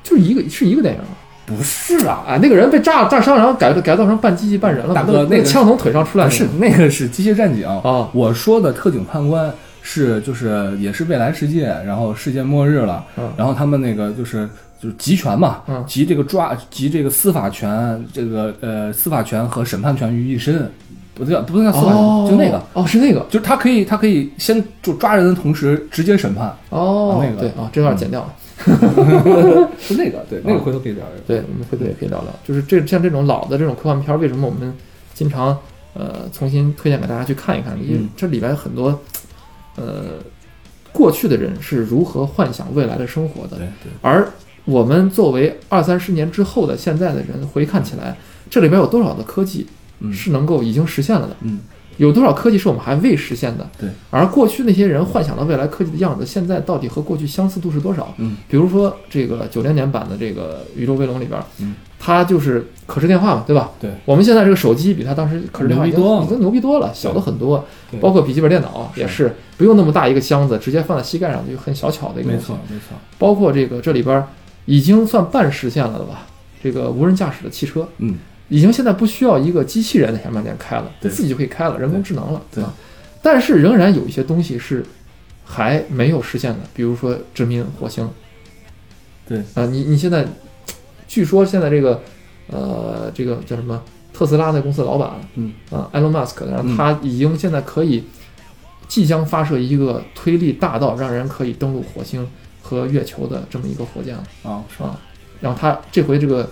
就是一个是一个电影吗不是啊，啊，那个人被炸炸伤，然后改改造成半机器半人了嘛，大哥那那那个个枪从腿上出来不的是那个是机械战警哦我说的特警判官是就是也是未来世界，然后世界末日了，嗯然后他们那个就是就是集权嘛，嗯集这个抓集这个司法权，这个呃司法权和审判权于一身，不叫不叫司法权，哦，就那个。哦，是那个就是他可以，他可以先就抓人的同时直接审判，哦，那个对啊，这段剪掉了。是那个对，那个回头可以聊一聊。对，我们回头也可以聊聊，就是这像这种老的这种科幻片儿，为什么我们经常呃重新推荐给大家去看一看？因为嗯这里边很多呃过去的人是如何幻想未来的生活的对，对而我们作为二三十年之后的现在的人回看起来，这里边有多少的科技嗯是能够已经实现了的？嗯有多少科技是我们还未实现的？对，而过去那些人幻想的未来科技的样子，现在到底和过去相似度是多少？嗯，比如说这个九零年版的这个《宇宙威龙》里边，嗯，它就是可视电话嘛，对吧？对我们现在这个手机比它当时可视电话已经牛逼多了已经牛逼多了，小的很多对，包括笔记本电脑啊也是不用那么大一个箱子，直接放在膝盖上就很小巧的一个没东西错。没错，包括这个这里边已经算半实现了的吧？这个无人驾驶的汽车，嗯，已经现在不需要一个机器人在前面给开了，对自己就可以开了，人工智能了，对啊。但是仍然有一些东西是还没有实现的，比如说殖民火星。对啊、你你现在据说现在这个呃这个叫什么特斯拉那公司的老板，嗯啊、埃隆马斯克，然嗯后他已经现在可以即将发射一个推力大到让人可以登陆火星和月球的这么一个火箭了。啊是吧？啊。然后他这回这个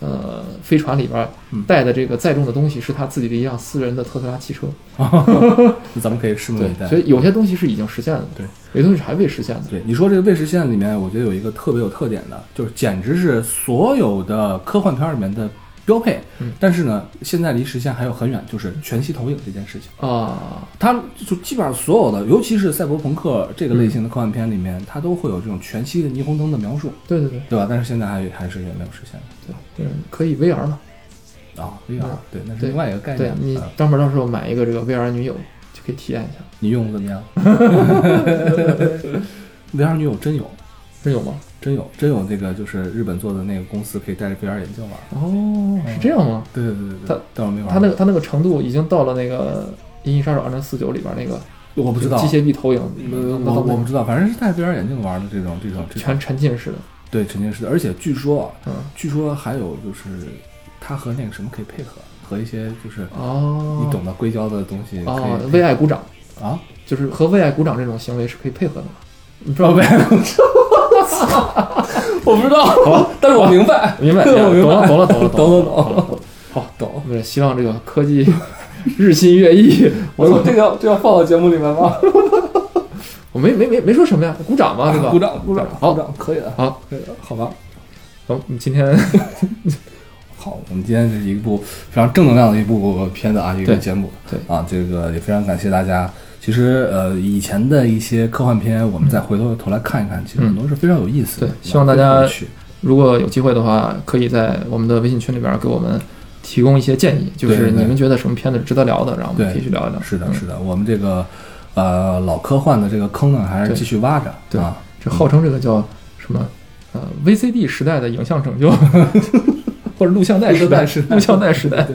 呃飞船里边嗯带的这个载重的东西是他自己的一辆私人的特斯拉汽车，那咱们可以拭目以待。所以有些东西是已经实现了，对，有些东西是还未实现的，对，你说这个未实现里面，我觉得有一个特别有特点的，就是简直是所有的科幻片儿里面的标配。嗯但是呢，现在离实现还有很远，就是全息投影这件事情。啊，它就基本上所有的，尤其是赛博朋克这个类型的科幻片里面，它都会有这种全息的霓虹灯的描述，对对对对吧？但是现在还还是远没有实现的对，嗯，可以 VR 嘛，啊。VR 嗯对，那是对另外一个概对念。你啊专门到时候买一个这个 VR 女友就可以体验一下，你用的怎么样？VR 女友真有，是有吗？真有，真有那个就是日本做的那个公司可以戴着 VR 眼镜玩。哦，是这样吗？对对对对，他但我没玩。他那个他那个程度已经到了那个《银翼杀手二零四九》里边那个我不知道，机械臂投影，呃，我我不知道，反正是戴 VR 眼镜玩的这种这种这种全沉浸式的，对沉浸式的，而且据说啊，嗯，据说还有就是它和那个什么可以配合，和一些就是哦，你懂的硅胶的东西哦可以为爱鼓掌。啊，就是和为爱鼓掌这种行为是可以配合的嘛？你知道呗？我不知道，但是我明白，哦明 白，我明懂了，白，懂了，懂懂了，了，懂懂懂了。好，我懂。们希望这个科技日新月异。我我这个这要放到节目里面 吗？我没没没没说什么呀，啊鼓掌嘛，对吧？鼓。掌鼓掌，好鼓掌可以的，好，可以的，好吧。好，我们今天好，我们今天这是一部非常正能量的一部片子啊，一个对节目，对啊，这个也非常感谢大家。其实呃，以前的一些科幻片，我们再回过头来看一看，其实很多是非常有意思的。嗯对吧希望大非常家有趣如果有机会的话，可以在我们的微信群里边给我们提供一些建议，就对是对你们觉得什么片子值得聊的，然后我对们可以去聊一聊。是的，嗯是的，我们这个呃老科幻的这个坑呢，还是对继续挖着。对啊，这号称这个叫什么？呃，VCD 时代 的影像拯救，或者录像带时代，录像带时代录像带时代。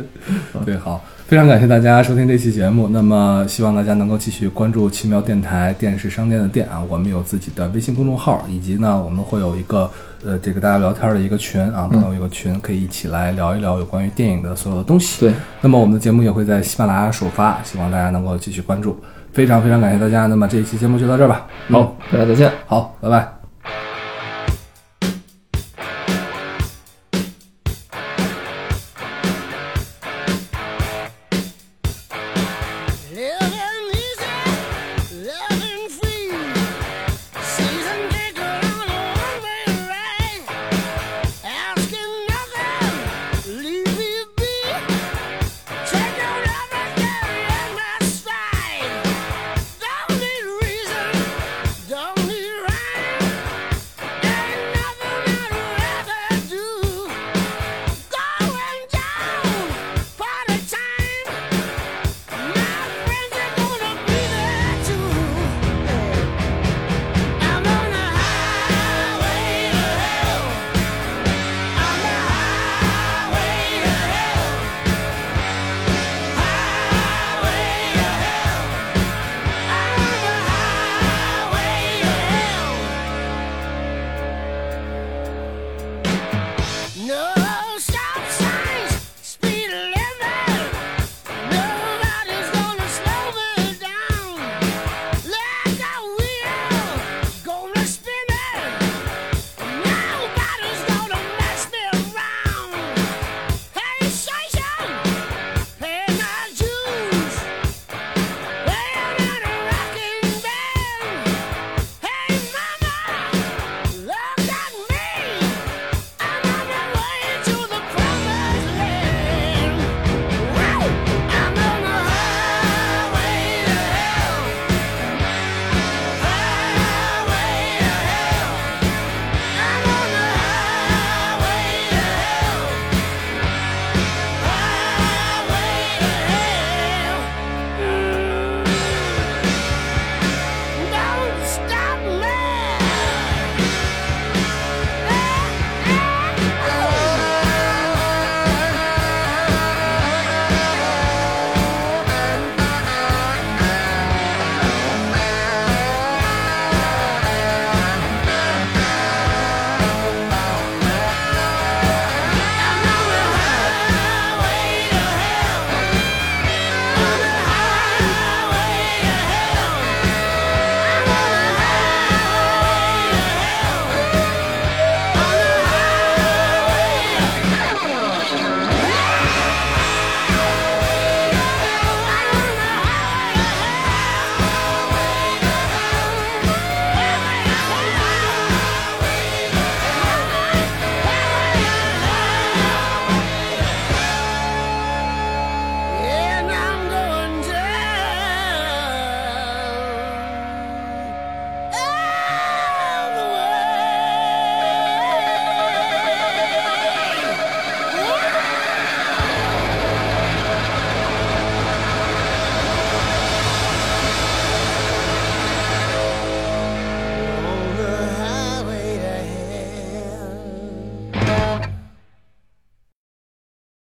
对，好，非常感谢大家收听这期节目。那么，希望大家能够继续关注奇妙电台电视商店的店啊，我们有自己的微信公众号，以及呢，我们会有一个呃，这个大家聊天的一个群啊，嗯朋友一个群，可以一起来聊一聊有关于电影的所有的东西。对，那么我们的节目也会在喜马拉雅首发，希望大家能够继续关注。非常非常感谢大家，那么这一期节目就到这儿吧。嗯好，大家再见。好，拜拜。